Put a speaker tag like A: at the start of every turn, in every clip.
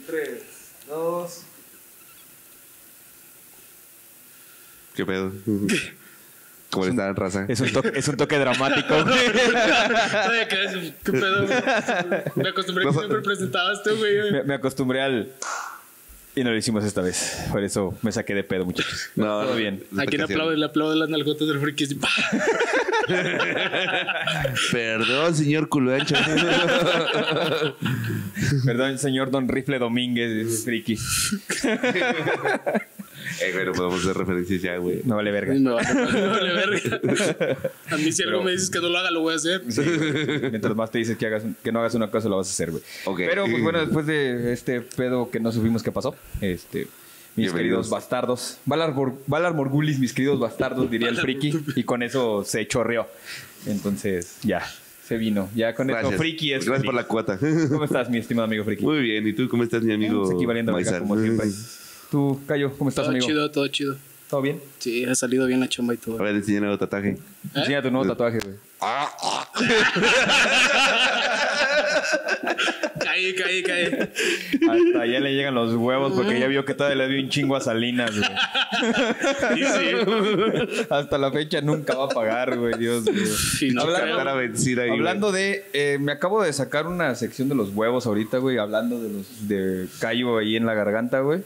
A: 3, 2.
B: ¿Qué pedo? ¿Cómo le está la raza?
C: Es un toque, es un toque dramático, güey.
D: Ay, ¿Qué qué pedo, güey? Me acostumbré que siempre presentabas tú, güey.
C: Me, me acostumbré al. Y no lo hicimos esta vez. Por eso me saqué de pedo, muchachos.
B: No,
C: Todo bien.
D: ¿A quién aplaude? Le aplaudo las nalgotas del friki. así, ¡pa!
B: Perdón, señor culancho.
C: Perdón, señor Don Rifle Domínguez, es friki.
B: eh, güey, no podemos hacer referencias ya, güey.
C: No vale verga.
D: No, no vale verga. A mí si algo
C: Pero-
D: me dices que no lo haga, lo voy a hacer.
C: Sí, güey. Mientras más te dices que, hagas, que no hagas una cosa, lo vas a hacer, güey.
B: Ok.
C: Pero, pues bueno, después de este pedo que no supimos qué pasó, este, mis
B: Bienvenidos.
C: queridos bastardos, Valar, Bor- Valar Morgulis, mis queridos bastardos, diría el
D: Valar
C: friki, y con eso se chorreó. Entonces, ya, se vino. Ya con eso, friki es.
B: Gracias por la
C: friki.
B: cuota.
C: ¿Cómo estás, mi estimado amigo friki?
B: Muy bien, ¿y tú cómo estás, mi amigo?
C: Estamos aquí valiendo verga,
B: Maizar?
C: como siempre. Tú, Cayo, ¿cómo estás,
D: Todo
C: amigo?
D: chido, ¿Eh? todo chido.
C: ¿Todo bien?
D: Sí, ha salido bien la chamba y todo.
B: A ver, enseña el nuevo tatuaje.
C: Enseña tu nuevo tatuaje, güey.
D: Caí, caí, caí.
C: Hasta allá le llegan los huevos porque ya vio que todavía le dio un chingo a Salinas, güey.
D: Sí, sí.
C: Hasta la fecha nunca va a pagar, güey. Dios mío.
D: Sí, no,
B: Cara
C: hablando,
B: vencida ahí. güey.
C: hablando de. eh, me acabo de sacar una sección de los huevos ahorita, güey. Hablando de los. de callo ahí en la garganta, güey.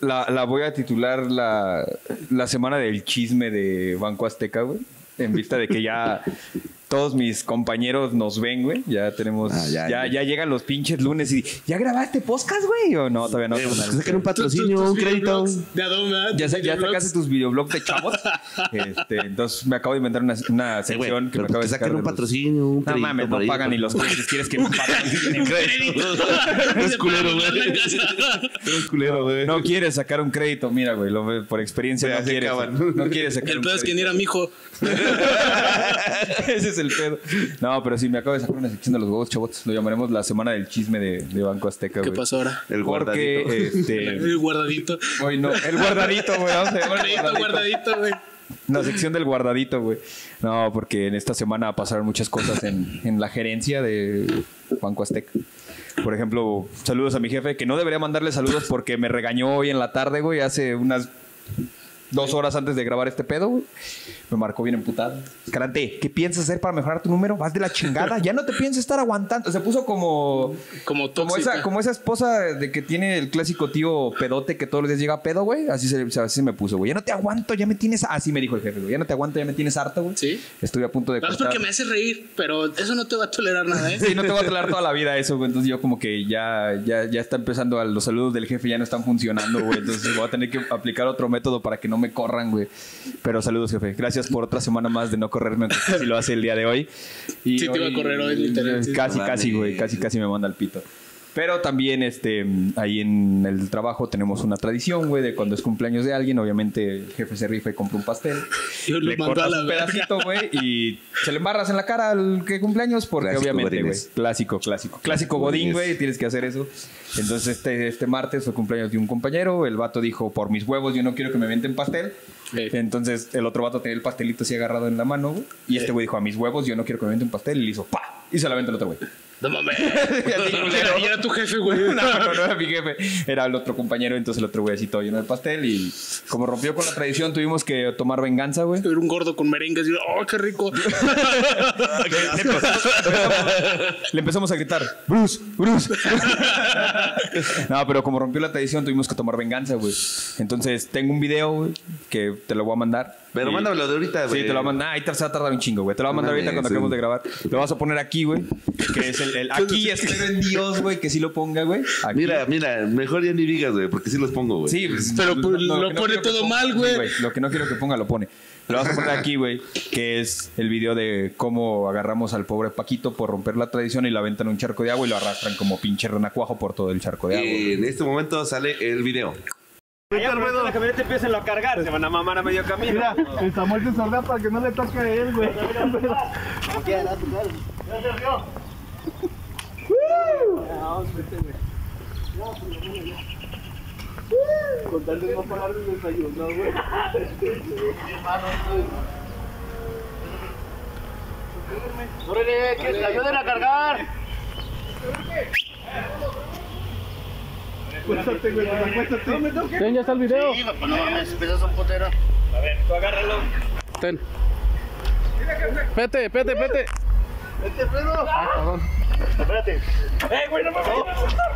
C: La, la voy a titular la, la semana del chisme de Banco Azteca, güey. En vista de que ya. Todos mis compañeros nos ven, güey. Ya tenemos.
B: Ah, ya,
C: ya, ya,
B: ya.
C: llegan los pinches lunes y. ¿Ya grabaste podcast, güey? O no, todavía no.
B: Eh,
C: carnal.
B: pues, sacar un
D: Tus-
B: patrocinio,
D: tus
B: un crédito.
D: videoblogs De Adobe, ¿verdad?
C: Ya,
D: Tus
C: sa- ya
D: videoblogs.
C: sacaste tus videoblogs de chavos. Este, entonces me acabo de inventar una, una
B: Eh, güey,
C: sección que me
B: pero
C: acabo de
B: pues, sacar
C: sacar
B: un
C: de los-
B: patrocinio, un
C: No
B: crédito
C: mames,
B: por
C: no
B: ahí,
C: pagan ni los clientes. ¿Quieres que me paguen?
B: Un crédito. No es culero, güey. No es culero, güey.
C: No quieres sacar un crédito. Mira, güey, lo ve- por experiencia
B: Se
C: no
B: hace
C: quieres,
B: cabrón.
C: no quieres sacar
D: El
C: un
D: pedo es quién
C: crédito.
D: era mi hijo.
C: Ese es el pedo. No, pero sí, me acabo de sacar una sección de los huevos, chavos. Lo llamaremos la semana del chisme de, de Banco Azteca,
D: ¿Qué
C: güey.
D: pasó ahora?
B: El guardadito.
C: Porque, este...
D: El guardadito.
C: Hoy no, el guardadito, güey. Vamos a llamar el
D: Guardadito,
C: guardadito.
D: guardadito, güey.
C: La sección del guardadito, güey. No, porque en esta semana pasaron muchas cosas en, en la gerencia de Banco Azteca. Por ejemplo, saludos a mi jefe, que no debería mandarle saludos porque me regañó hoy en la tarde, güey, hace unas dos horas antes de grabar este pedo, güey. Me marcó bien emputado. Escalante, ¿qué piensas hacer para mejorar tu número? Vas de la chingada, ya no te pienso estar aguantando. Se puso como... Como
D: Como tóxica.
C: esa, como esa esposa de que tiene el clásico tío pedote que todos los días llega a pedo, güey. Así se, así me puso, güey. Ya no te aguanto, ya me tienes. Así me dijo el jefe, güey. Ya no te aguanto, ya me tienes harta, güey.
D: Sí.
C: Estuve a punto de.
D: Nada más
C: cortar.
D: porque me hace reír, pero eso no te va a tolerar nada, ¿eh?
C: Sí, no te va a tolerar toda la vida eso, güey. Entonces yo como que ya, ya, ya está empezando a los saludos del jefe, ya no están funcionando, güey. Entonces voy a tener que aplicar otro método para que no me corran, güey. Pero saludos, jefe. Gracias por otra semana más de no correrme, aunque sí lo hace el día de hoy. Y
D: Sí, te iba a correr hoy, literal, sí.
C: Casi,
B: Vale.
C: casi, güey. Casi, casi me manda al pito. Pero también, este, ahí en el trabajo tenemos una tradición, güey, de cuando es cumpleaños de alguien, obviamente el jefe se rifa y compra un pastel.
D: Yo lo
C: le
D: mando a
C: cortas
D: la
C: un
D: verga.
C: pedacito, güey, y se le embarras en la cara al que cumpleaños, porque
B: Clásico
C: obviamente, güey.
B: Godínez.
C: Clásico, clásico. Clásico Godín,
B: Godínez.
C: güey, tienes que hacer eso. Entonces, este, este martes fue cumpleaños de un compañero. El vato dijo, por mis huevos, yo no quiero que me venten pastel.
D: Ey.
C: Entonces, el otro vato tenía el pastelito así agarrado en la mano, güey. Y este güey dijo, a mis huevos, yo no quiero que me venten pastel. Y le hizo, pa. Y se la aventó el otro güey.
D: No mames. Era, era tu jefe, güey.
C: No, no, no era mi jefe. Era el otro compañero. Entonces, el otro güey así todo lleno de pastel. Y como rompió con la tradición, tuvimos que tomar venganza, güey.
D: Era un gordo con merengues. Y yo, oh, qué rico.
C: Le empezamos a gritar, Bruce, Bruce. no, pero como rompió la tradición, tuvimos que tomar venganza, güey. Entonces, tengo un video, güey, que te lo voy a mandar.
B: Pero
C: Y-
B: mándamelo de ahorita, güey.
C: Sí, te lo voy a mandar. Ahí te se va a tardar un chingo, güey. Te lo voy a mandar
B: Mames,
C: ahorita cuando
B: sí.
C: acabemos de grabar. Lo vas a poner aquí, güey. Que es el, el- aquí espero en Dios, güey, que sí lo ponga, güey. Aquí.
B: Mira, mira, mejor ya ni digas, güey, porque sí los pongo, güey.
C: Sí, pues,
D: Pero, pues, lo
C: que no
D: pone
C: quiero que
D: todo
C: ponga,
D: mal, güey.
C: Lo que no quiero que ponga, lo pone. Lo vas a poner aquí, güey, que es el video de cómo agarramos al pobre Paquito por romper la tradición y la aventan en un charco de agua y lo arrastran como pinche renacuajo por todo el charco de agua. güey.
B: Y en este momento sale el video.
E: Allá por la camioneta empiecen a cargar, se van a mamar a medio camino. Mira, el Samuel se sorda para que no le toque a él, güey.
F: Acuéstate, güey, pues, acuéstate. No, me tengo que...
G: Ten, ya está el video.
H: Sí, pues no mames, pesas un putero.
F: A ver, tú agárralo.
G: Ten. Pete, pete, pete.
H: Este pedo. Ah, perdón. Espérate.
F: ¡Eh, güey, no me voy a soltar!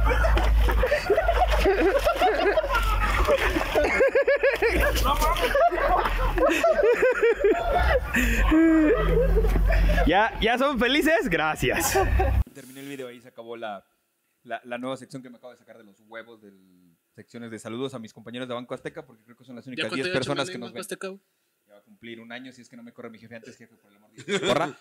C: ¿Ya, ¿Ya son felices? Gracias. Terminé el video ahí, se acabó la, la, la nueva sección que me acabo de sacar de los huevos de secciones de saludos a mis compañeros de Banco Azteca, porque creo que son las
I: Ya
C: únicas
I: cuánto
C: 10
I: ya
C: personas
I: chamanes
C: que nos
I: más
C: ven.
I: cuesta, cabrón.
C: Ya va a cumplir un año, si es que no me corre mi jefe antes, jefe, por el amor de Dios. Corra.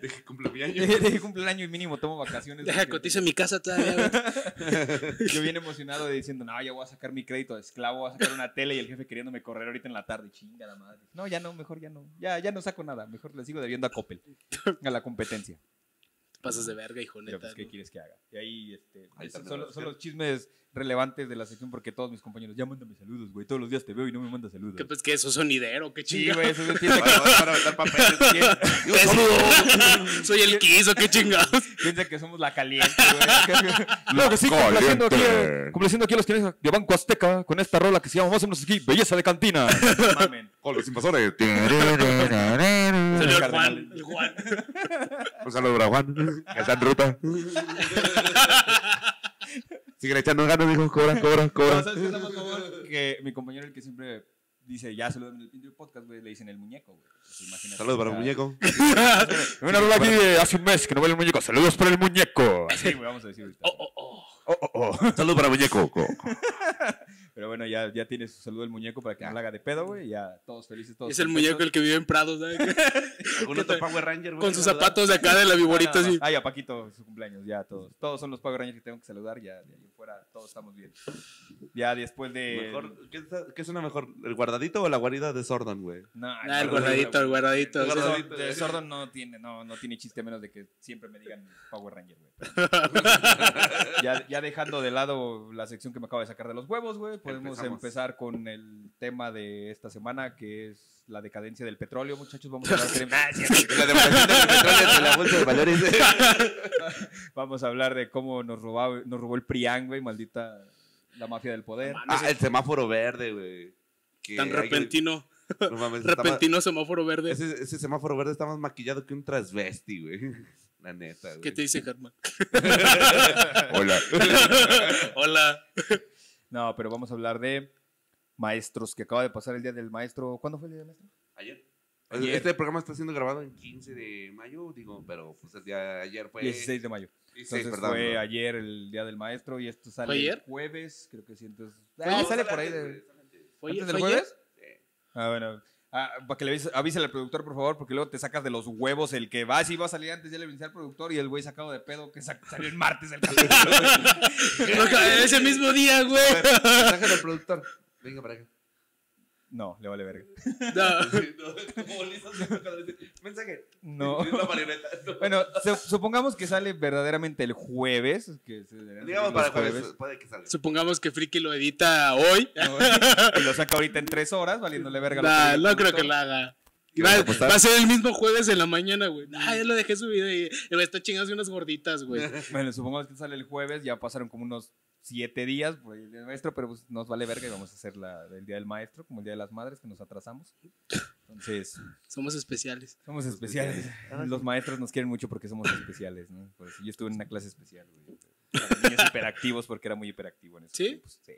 B: Deje que cumpla mi año.
C: Deje cumple el año y mínimo tomo vacaciones.
I: Deja,
C: porque-
I: cotizo en mi casa todavía, güey.
C: Yo bien emocionado de diciendo, no, ya voy a sacar mi crédito de esclavo, voy a sacar una tele y el jefe queriéndome correr ahorita en la tarde. Chinga la madre. No, ya no, mejor ya no. Ya, ya no saco nada. Mejor le sigo debiendo a Coppel, a la competencia.
I: Te Pasas de verga, hijo,
C: Pero,
I: neta.
C: pues, ¿qué
I: ¿no?
C: quieres que haga? Y ahí, este,
B: Ahí
C: son, son
B: también va a
C: los-
B: ser.
C: son los chismes relevantes de la sección porque todos mis compañeros, ya mándame saludos, güey. Todos los días te veo y no me mandas saludos.
I: Que pues que eso sonidero, qué
C: Sí,
I: chingado.
C: güey, eso se piensa,
B: Ahora van a aventar papeles.
I: Te sudo. Soy el quiso, qué chingados.
C: piensa que somos la caliente, güey.
B: Claro que sí, complaciendo aquí- Caliente.
C: complaciendo aquí a los que de Banco Azteca con esta rola que se llama Más o menos aquí, Belleza de Cantina. Mamen.
B: Con los invasores.
I: Señor
C: cardenal.
I: Juan, el Juan.
B: Un saludo para Juan. Que está en ruta. Sigue echando ganas, dijo. Cobra, cobra,
C: No,
B: cobra.
C: ¿sabes qué está más mamón? Que mi compañero, el que siempre dice, ya saludan en el pinche podcast, güey, le dicen el muñeco, güey. Pues, imagínate,
B: Saludos para
C: o
B: el
C: sea,
B: muñeco.
C: Una rola aquí de
B: hace un mes que no veo el muñeco. Saludos para el muñeco.
C: Sí, güey, vamos a decir ahorita.
I: Oh, oh, oh.
B: Saludos para el muñeco.
C: Pero bueno, ya, ya tiene su saludo el muñeco para que no la haga de pedo, güey. Ya todos felices, todos
I: Es el
C: contentos.
I: muñeco el que vive en Prado, ¿sabes?
J: Algún otro Power Ranger, güey.
I: Con sus zapatos de acá de la
C: Ah,
I: viborita
C: nada más.
I: así.
C: Ay, a Paquito, su cumpleaños, ya todos. Todos son los Power Rangers que tengo que saludar, ya de ahí en fuera todos estamos bien. Ya después de...
J: Eh, Mejor, ¿qué, está- qué suena mejor? ¿El guardadito o la guarida de Sordon, güey?
C: No,
I: Ah, el guardadito, el guardadito.
J: El guardadito.
C: Sordo- de sordo no tiene, no, no tiene chiste a menos de que siempre me digan Power Ranger, güey. ya, ya dejando de lado la sección que me acabo de sacar de los huevos, güey, podemos
B: Empezamos.
C: empezar con el tema de esta semana, que es la decadencia del petróleo, muchachos. Vamos a hablar, de-
B: La devaluación del petróleo de la bolsa de valores.
C: vamos a hablar de cómo nos, robaba- nos robó el PRIAN, güey, maldita la mafia del poder.
B: Ah, el semáforo verde, güey. Que
I: Tan
B: hay que-
I: repentino.
B: No mames, está más-
I: Repentino semáforo verde.
B: Ese, ese semáforo verde está más maquillado que un transvesti, güey. La neta, güey.
I: ¿Qué te dice, Germán?
B: Hola.
I: Hola.
C: No, pero vamos a hablar de maestros, que acaba de pasar el día del maestro. ¿Cuándo fue el día del maestro?
B: Ayer. O sea, Este programa está siendo grabado en 15 de mayo, digo, pero pues el día de ayer fue...
C: 16 de mayo.
B: 16,
C: Entonces
B: perdón,
C: fue
B: ¿no?
C: ayer el Día del Maestro y esto sale
I: ¿Fue ayer?
C: el jueves, creo que sí. Entonces,
I: ¿Fue
C: Ah,
I: ayer?
C: sale por ahí. De,
B: Antes, güey.
I: Oye,
C: ¿Antes del
I: ¿fue ayer?
C: jueves? Ah, bueno. Ah, para que le avise, avísale al productor, por favor, porque luego te sacas de los huevos el que va, si va a salir antes, ya le avisé al productor y el güey sacado de pedo que sa- salió el martes el capítulo.
I: No, ca- ese mismo día, güey.
B: Mensaje del productor. Venga para acá.
C: No, le vale verga.
I: No.
B: Mensaje.
C: No.
B: La marioneta.
C: Bueno, se- supongamos que sale verdaderamente el jueves. Que se deberían
B: Digamos
C: salir
B: para
C: los
B: jueves. Puede que salga.
I: Supongamos que Friki lo edita hoy.
C: No, y lo saca ahorita en tres horas, valiéndole verga. lo
I: Nah,
C: diga el
I: no creo
C: productor.
I: que lo haga.
B: ¿Qué
I: Va,
B: vas a apostar?
I: va a ser el mismo jueves en la mañana, güey. Ah, ya lo dejé subido y y me está chingándose unas gorditas, güey.
C: Bueno, supongamos que sale el jueves, ya pasaron como unos siete días por ahí el día del maestro, pero pues nos vale verga y vamos a hacer la, el día del maestro, como el día de las madres, que nos atrasamos. Entonces,
I: Somos especiales.
C: somos especiales. Los maestros nos quieren mucho porque somos especiales, ¿no? Por eso yo estuve en una clase especial, güey. Para niños hiperactivos, porque era muy hiperactivo en esos
I: ¿Sí?
C: tiempos. Sí.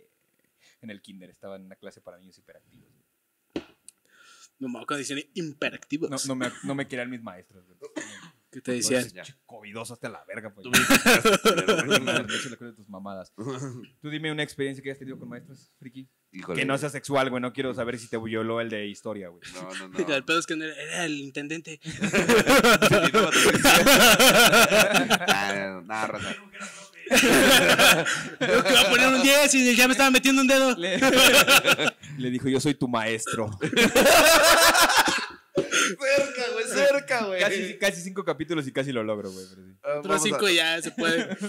C: En el kinder estaba en una clase para niños hiperactivos. güey.
I: No me cuando dicen imperactivos.
C: No, no me, no me querían mis maestros, güey.
I: ¿Qué te decían?
B: Ya.
C: Covidoso hasta la verga, pues.
B: Tú
C: Tú
B: me dijiste.
C: de tus mamadas. Tú dime una experiencia que hayas tenido con maestros, friki.
B: Híjole.
C: Que no sea sexual, güey. No quiero saber si te violó el de historia, güey.
B: No, no, no.
I: El pedo es que no era, era el intendente.
B: Nada, nada, raza.
I: Creo que iba a poner un 10 y ya me estaba metiendo un dedo.
C: Le, le dijo, yo soy tu maestro.
B: Cerca, güey, cerca, güey.
C: Casi, casi cinco capítulos y casi lo logro, güey. pero sí.
B: Ah,
I: Otros
B: vamos a-
I: cinco ya se puede.
B: Ajá,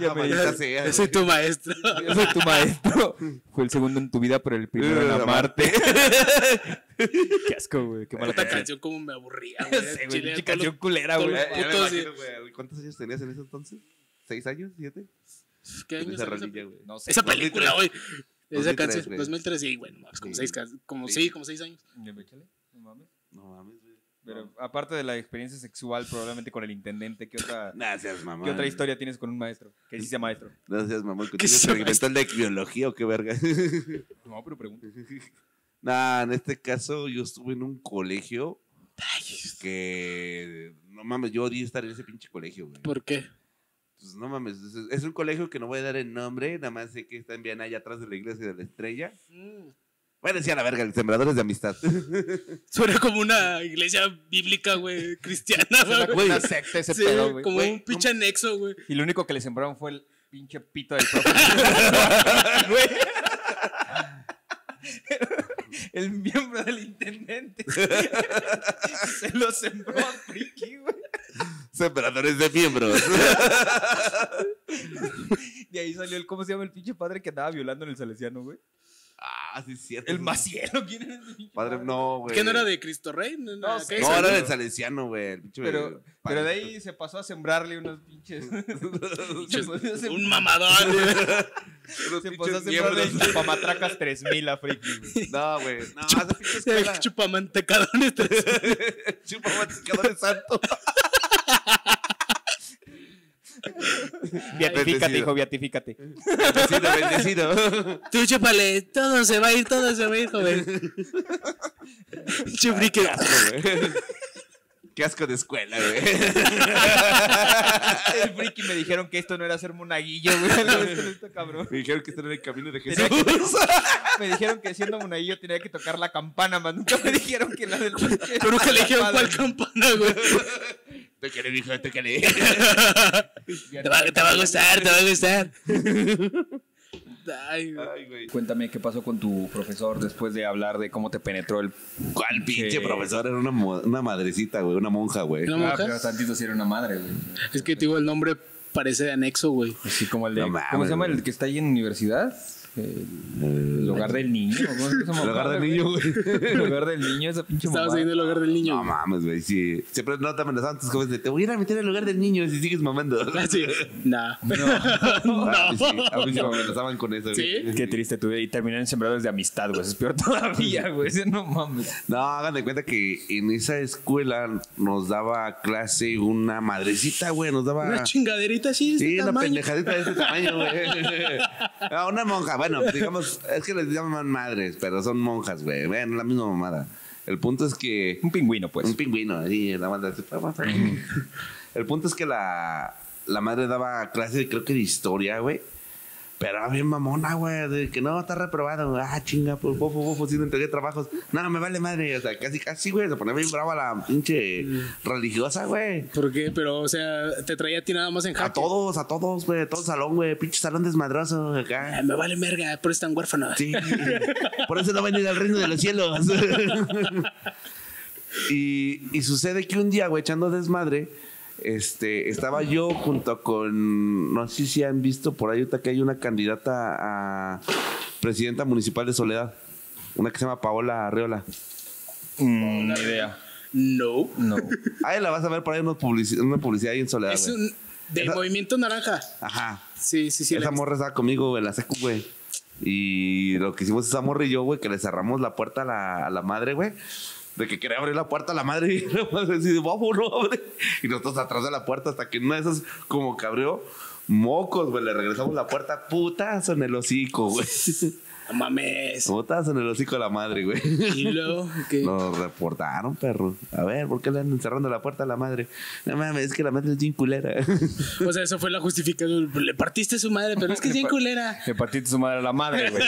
C: ya me-
B: maldita sea,
I: Yo soy tu maestro.
C: Yo soy tu maestro. Fue el segundo en tu vida, pero el primero en
B: Eh,
C: amarte. Qué asco, güey. Qué mala
I: Esta
C: canción.
I: canción como me aburría,
C: Sí,
I: güey.
C: güey,
I: Chile,
C: pinche
I: todos los-
C: canción culera,
I: todos
C: güey.
B: güey. Ya me
I: Putos,
B: imagino, güey. ¿Cuántos años tenías en ese entonces? ¿Seis años? ¿Siete?
I: ¿Qué
B: En
I: año
B: esa
I: salió esa
B: rolilla,
I: película?
B: güey.
C: No sé.
I: Esa película, güey. Esa
B: 2003,
I: canción,
B: güey.
I: 2003, sí, bueno, mames, como
B: Sí.
I: seis, can- como
B: Sí.
I: sí, como seis años.
C: Échale, no mames.
B: No mames, güey.
C: Pero aparte de la experiencia sexual, probablemente con el intendente, ¿qué otra,
B: Gracias, mamá.
C: ¿qué otra historia tienes con un maestro? Que sí sea maestro.
B: Gracias, mamá. ¿Qué
I: ¿Qué
B: tienes
I: se llama
B: experimental de biología o qué verga?
C: No, pero pregunta.
B: Nah, en este caso yo estuve en un colegio que no mames, yo odié estar en ese pinche colegio, güey.
I: ¿Por qué?
B: Pues, no mames, es, es un colegio que no voy a dar el nombre, nada más sé que está en Viana allá atrás de la iglesia de la estrella. Bueno, decía la verga, sembradores de amistad.
I: Suena como una iglesia bíblica, güey, cristiana, güey.
C: Una secta ese
I: Sí,
C: pedo, güey.
I: como
B: Güey,
I: un pinche anexo, güey.
C: Y lo único que le sembraron fue el pinche pito del profe. Güey. El miembro del intendente se lo sembró a Friki, güey.
B: sembradores de miembros.
C: De ahí salió el, ¿cómo se llama el pinche padre que andaba violando en el Salesiano, güey?
B: ah, sí, es cierto.
C: El Macielo, ¿quién era ese pinche
B: Padre, no, güey.
I: ¿Qué no era de Cristo Rey? No, no,
C: No,
I: ¿qué
B: No,
I: es?
B: era del salesiano, güey. el pinche
C: Pero,
B: padre.
C: pero de ahí se pasó a sembrarle unos pinches.
I: Pinches-
C: se pasó a sem-
I: un mamadón, güey.
B: Unos
C: se pasó a
B: pinches
C: sembrarle
B: miembros.
C: chupamatracas 3000 a Friki, güey.
B: No, güey. No, esa pinche escuela.
I: Chupamantecadones. tres.
B: Chupa matiscadores santo.
C: Beatifícate,
B: Bendecido.
C: hijo, beatifícate.
B: Bendecido, bendecido.
I: Tú chúpale, todo se va a ir, todo se va a ir, joven. Chufrique.
B: Qué asco de escuela, güey.
C: El friki me dijeron que esto no era ser monaguillo, güey. No, esto no está cabrón.
B: Me dijeron que están en el camino de
C: Tenía
B: Jesús.
C: que- me dijeron que siendo monaguillo tenía que tocar la campana, más nunca me dijeron que la del
I: Pero nunca le dijeron cuál campana, güey.
B: Tócale, mijo, tócale.
I: Te va, te va a gustar, te va a gustar. Ay, güey.
B: Ay, güey.
C: Cuéntame qué pasó con tu profesor después de hablar de cómo te penetró el.
B: ¿Cuál pinche
C: Sí.
B: profesor? Era una, mo- una madrecita, güey. Una monja, güey.
I: ¿No, monja?
C: Ah, pues, tantito si era una madre, güey.
I: Es que, te digo, el nombre parece de anexo, güey.
C: Así como el de.
B: No mames,
C: ¿Cómo se llama el
B: güey. Mm.
C: que está ahí en universidad? El, el hogar del niño. ¿cómo se llama?
B: El hogar del niño, güey.
C: El hogar del niño, esa pinche
I: Estaba
C: mamada.
I: siguiendo el hogar del niño.
B: No mames, güey. Sí. Siempre no te amenazaban tus jóvenes de te voy a ir a meter al lugar del niño si sigues mamando.
I: güey. Así. Nah.
B: Ah, sí, sí. A mí sí me
I: No.
B: amenazaban con eso,
I: ¿Sí?
B: güey.
C: Qué triste, tuve y terminar en sembradores de amistad, güey. Eso es peor todavía, güey. Ese No mames.
B: No, hagan de cuenta que en esa escuela nos daba clase una madrecita, güey. Nos daba.
I: Una chingaderita así. de
B: Sí,
I: este
B: una
I: tamaño.
B: pendejadita de ese tamaño, güey. Ah, una monja, bueno, digamos, es que les llaman madres, pero son monjas, güey. Bueno, la misma mamada. El punto es que.
C: Un pingüino, pues.
B: Un pingüino, así, la banda. El punto es que la, la madre daba clase, creo que de historia, güey. Pero era bien mamona, güey, de que no, está reprobado. Ah, chinga, pues, bofo, bofo, sí, no entregué trabajos. No, me vale madre. O sea, casi, casi, güey, se ponía bien brava la pinche religiosa, güey.
I: ¿Por qué? Pero, o sea, te traía a ti nada más en jaque.
B: A todos, a todos, güey, todo el salón, güey, pinche salón desmadroso acá.
I: Ay, Ah, me vale merga, pero es tan huérfano.
B: Sí. Por eso no van a ir al reino de los cielos. y, y sucede que un día, güey, echando desmadre, este, estaba yo junto con, no sé si han visto por ahí ahorita que hay una candidata a presidenta municipal de Soledad. Una que se llama Paola Arreola.
C: Mm, ni idea.
I: No.
C: No.
B: Ahí la vas a ver por ahí en una publici- una publicidad ahí en Soledad,
I: Es
B: Ah, güey.
I: un. Del
B: Esa-
I: movimiento naranja.
B: Ajá.
I: Sí, sí, sí. la-
B: esa morra estaba conmigo, güey, en la secu, güey. Y lo que hicimos esa morra y yo, güey, que le cerramos la puerta a la, a la madre, güey. De que quería abrir la puerta a la madre y la madre así de, vamos, no abre. Y nosotros atrás de la puerta hasta que en una de esas como que abrió mocos, güey. Le regresamos la puerta, putazo en el hocico, güey.
I: No mames.
B: Putazo en el hocico a la madre, güey.
I: Y luego, ¿qué?
B: Nos reportaron, perro. A ver, ¿por qué le andan cerrando la puerta a la madre? No mames, es que la madre es bien culera.
I: O sea, eso fue la justificación. Le partiste a su madre, pero es que es bien culera.
C: Le partiste su madre a la madre, güey.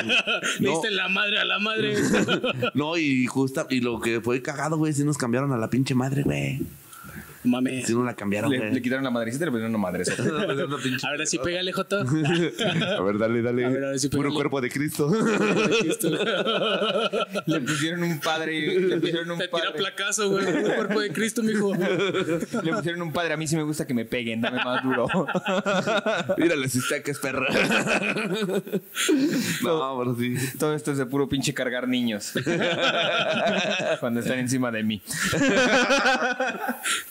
I: Le diste la madre a la madre.
B: No, y justa, y lo que fue cagado, güey, si nos cambiaron a la pinche madre, güey.
I: Mames.
B: Si nos la cambiaron,
C: Le, le
B: güey.
C: quitaron la madrecita y le pusieron una madrecita.
I: Ahora sí, pégale, Joto.
B: A ver, dale, dale.
I: A ver, ahora sí,
B: Puro
I: pégale.
B: cuerpo de Cristo.
C: Le pusieron un padre. Le pusieron un
I: Te tira
C: padre.
I: placazo, güey. El cuerpo de Cristo, mijo.
C: Le pusieron un padre. A mí sí me gusta que me peguen. Dame más duro.
B: Mira las estacas, perro. No, pero sí.
C: Todo esto es de puro pinche cargar niños. Cuando están encima de mí.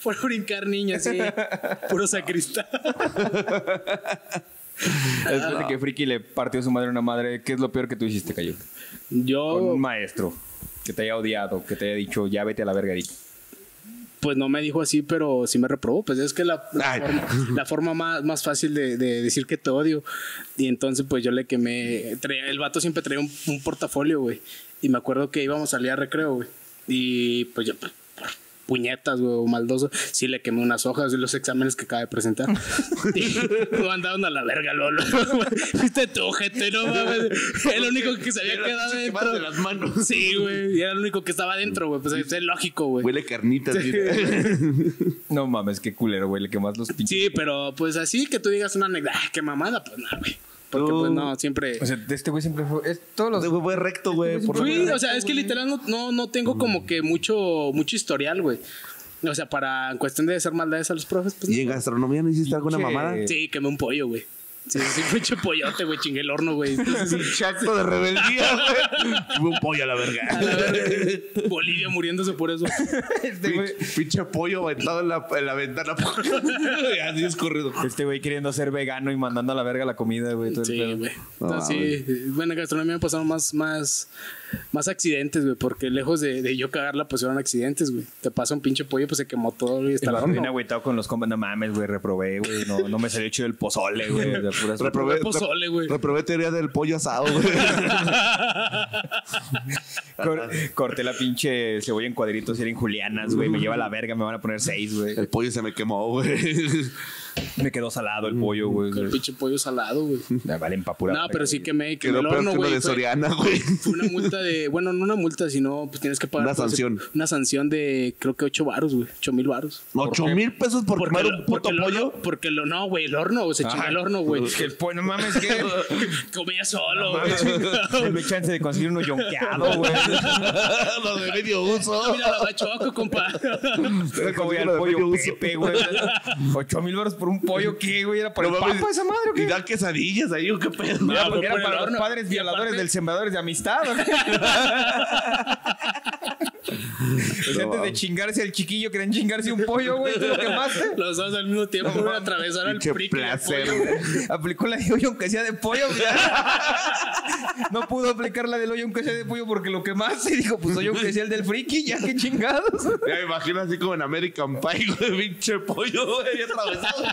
I: Por brincar niños, sí. Puro sacristán.
B: Ah.
C: Después de que Friki le partió su madre a una madre, ¿qué es lo peor que tú hiciste, Cayo? Con
B: Oh.
I: Yo,
C: un maestro que te haya odiado, que te haya dicho, ya vete a la verga, Eric.
I: pues no me dijo así, pero sí me reprobó. Pues es que la, la
B: Ay.
I: forma, la forma más, más fácil de, de decir que te odio. Y entonces, pues yo le quemé. traía- el vato siempre traía un, un portafolio, güey. Y me acuerdo que íbamos a salir a recreo, güey. Y pues yo, por, por puñetas, güey, o maldoso, sí le quemé unas hojas de los exámenes que acaba de presentar. y lo mandaron a la verga, Lolo. Viste tu ojete, no mames. Era lo único que se había quedado dentro.
B: de las manos.
I: Sí, güey. Y era lo único que estaba dentro, güey. Pues es, es lógico, güey.
B: Huele carnitas. güey.
C: No mames, qué culero, güey, le quemas los pinches.
I: Sí, pero pues así que tú digas una anécdota, "Ah, qué mamada, pues no, güey. Porque pues no, siempre.
C: O sea, de este güey siempre fue. es- todos los.
B: Este güey fue recto, güey. por
I: Fui,
B: favor.
I: o sea, es que literal no, no, no tengo como que mucho, mucho historial, güey. O sea, para en cuestión de hacer maldades a los profes, pues.
B: ¿Y en gastronomía no hiciste alguna
C: Pinche-
B: mamada?
I: Sí, quemé un pollo, güey. Sí, sí, fue hecho pollote, güey, chingué el horno, güey. Entonces,
B: Acto de rebeldía, güey. Tuve un pollo a la verga.
I: a la verga, Bolivia muriéndose por eso.
C: Este güey-
B: Pinche pollo aventado en la, en la ventana. Y Así escurrido.
C: Este güey queriendo ser vegano y mandando a la verga la comida, güey. todo el
I: Sí,
C: pedo.
I: güey.
B: No
I: Entonces, sí, bueno, en gastronomía me pasaron más, más, más accidentes, güey, porque lejos de, de yo cagarla, pues eran accidentes, güey. Te pasa un pinche pollo, pues se quemó todo y
C: El
I: está la
C: vato bien agüitado con los combos. No mames, güey, reprobé, güey. No, no me salió chido el pozole, güey. de puras-
B: Reprobé,
I: pozole, güey.
B: reprobé teoría del pollo asado, güey.
C: Cor- corté la pinche cebolla en cuadritos y eran julianas, güey. Me lleva a la verga, me van a poner seis, güey.
B: El pollo se me quemó, güey.
C: Me quedó salado el pollo, güey.
I: El pinche pollo salado, güey.
C: Me valen pa' pura
I: No,
C: verga,
I: pero sí
C: güey.
I: quemé, quemé
B: Quedó
I: el
B: peor
I: horno,
B: que lo
I: güey.
B: de
I: Fue,
B: Soriana, güey.
I: fue una multa de, bueno, no una multa, sino pues tienes que pagar.
B: Una
I: todo ese-
B: sanción.
I: Una sanción de creo que ocho varos, güey. Ocho mil varos.
B: ¿Ocho mil pesos por
I: Porque
B: comer
I: lo-
B: un
I: porque
B: puto
I: el horno-
B: pollo?
I: Porque lo, no, güey, el horno, se chingó
C: Ajá.
I: el horno, güey.
C: El pollo, no mames, que
I: Comía solo, güey.
C: Denme chance de conseguir uno yonqueado, güey.
B: Lo de medio uso.
I: Mira, la choco, compa.
C: Pero como ya el
B: Lo de
C: pollo
B: medio uso.
C: Pepe, güey. Ocho mil baros por un pollo, ¿qué, güey? ¿Era para
B: No
C: el
B: mames.
C: papa esa madre o
B: Y
C: qué?
B: dan quesadillas ahí, ¿o qué pedo?
I: No,
C: Era,
I: fue por
C: era
I: el
C: para los
I: horno.
C: padres
I: Y
C: violadores
I: aparte-
C: del sembradores de amistad. ¿o qué? O sea, antes de chingarse al chiquillo, querían chingarse un pollo, güey. ¿Tú lo quemaste?
I: Los dos al mismo tiempo güey, atravesaron el
B: Pinche
I: prico. y el
B: placer,
I: pollo.
B: güey.
C: Aplicó la de hoyo aunque sea de pollo. güey. No pudo aplicar la del hoyo aunque sea de pollo porque lo quemaste. Y dijo, pues hoyo aunque sea el del friki, ya que chingados.
B: Ya me imagino así como en American Pie, güey, pinche pollo, güey, atravesado.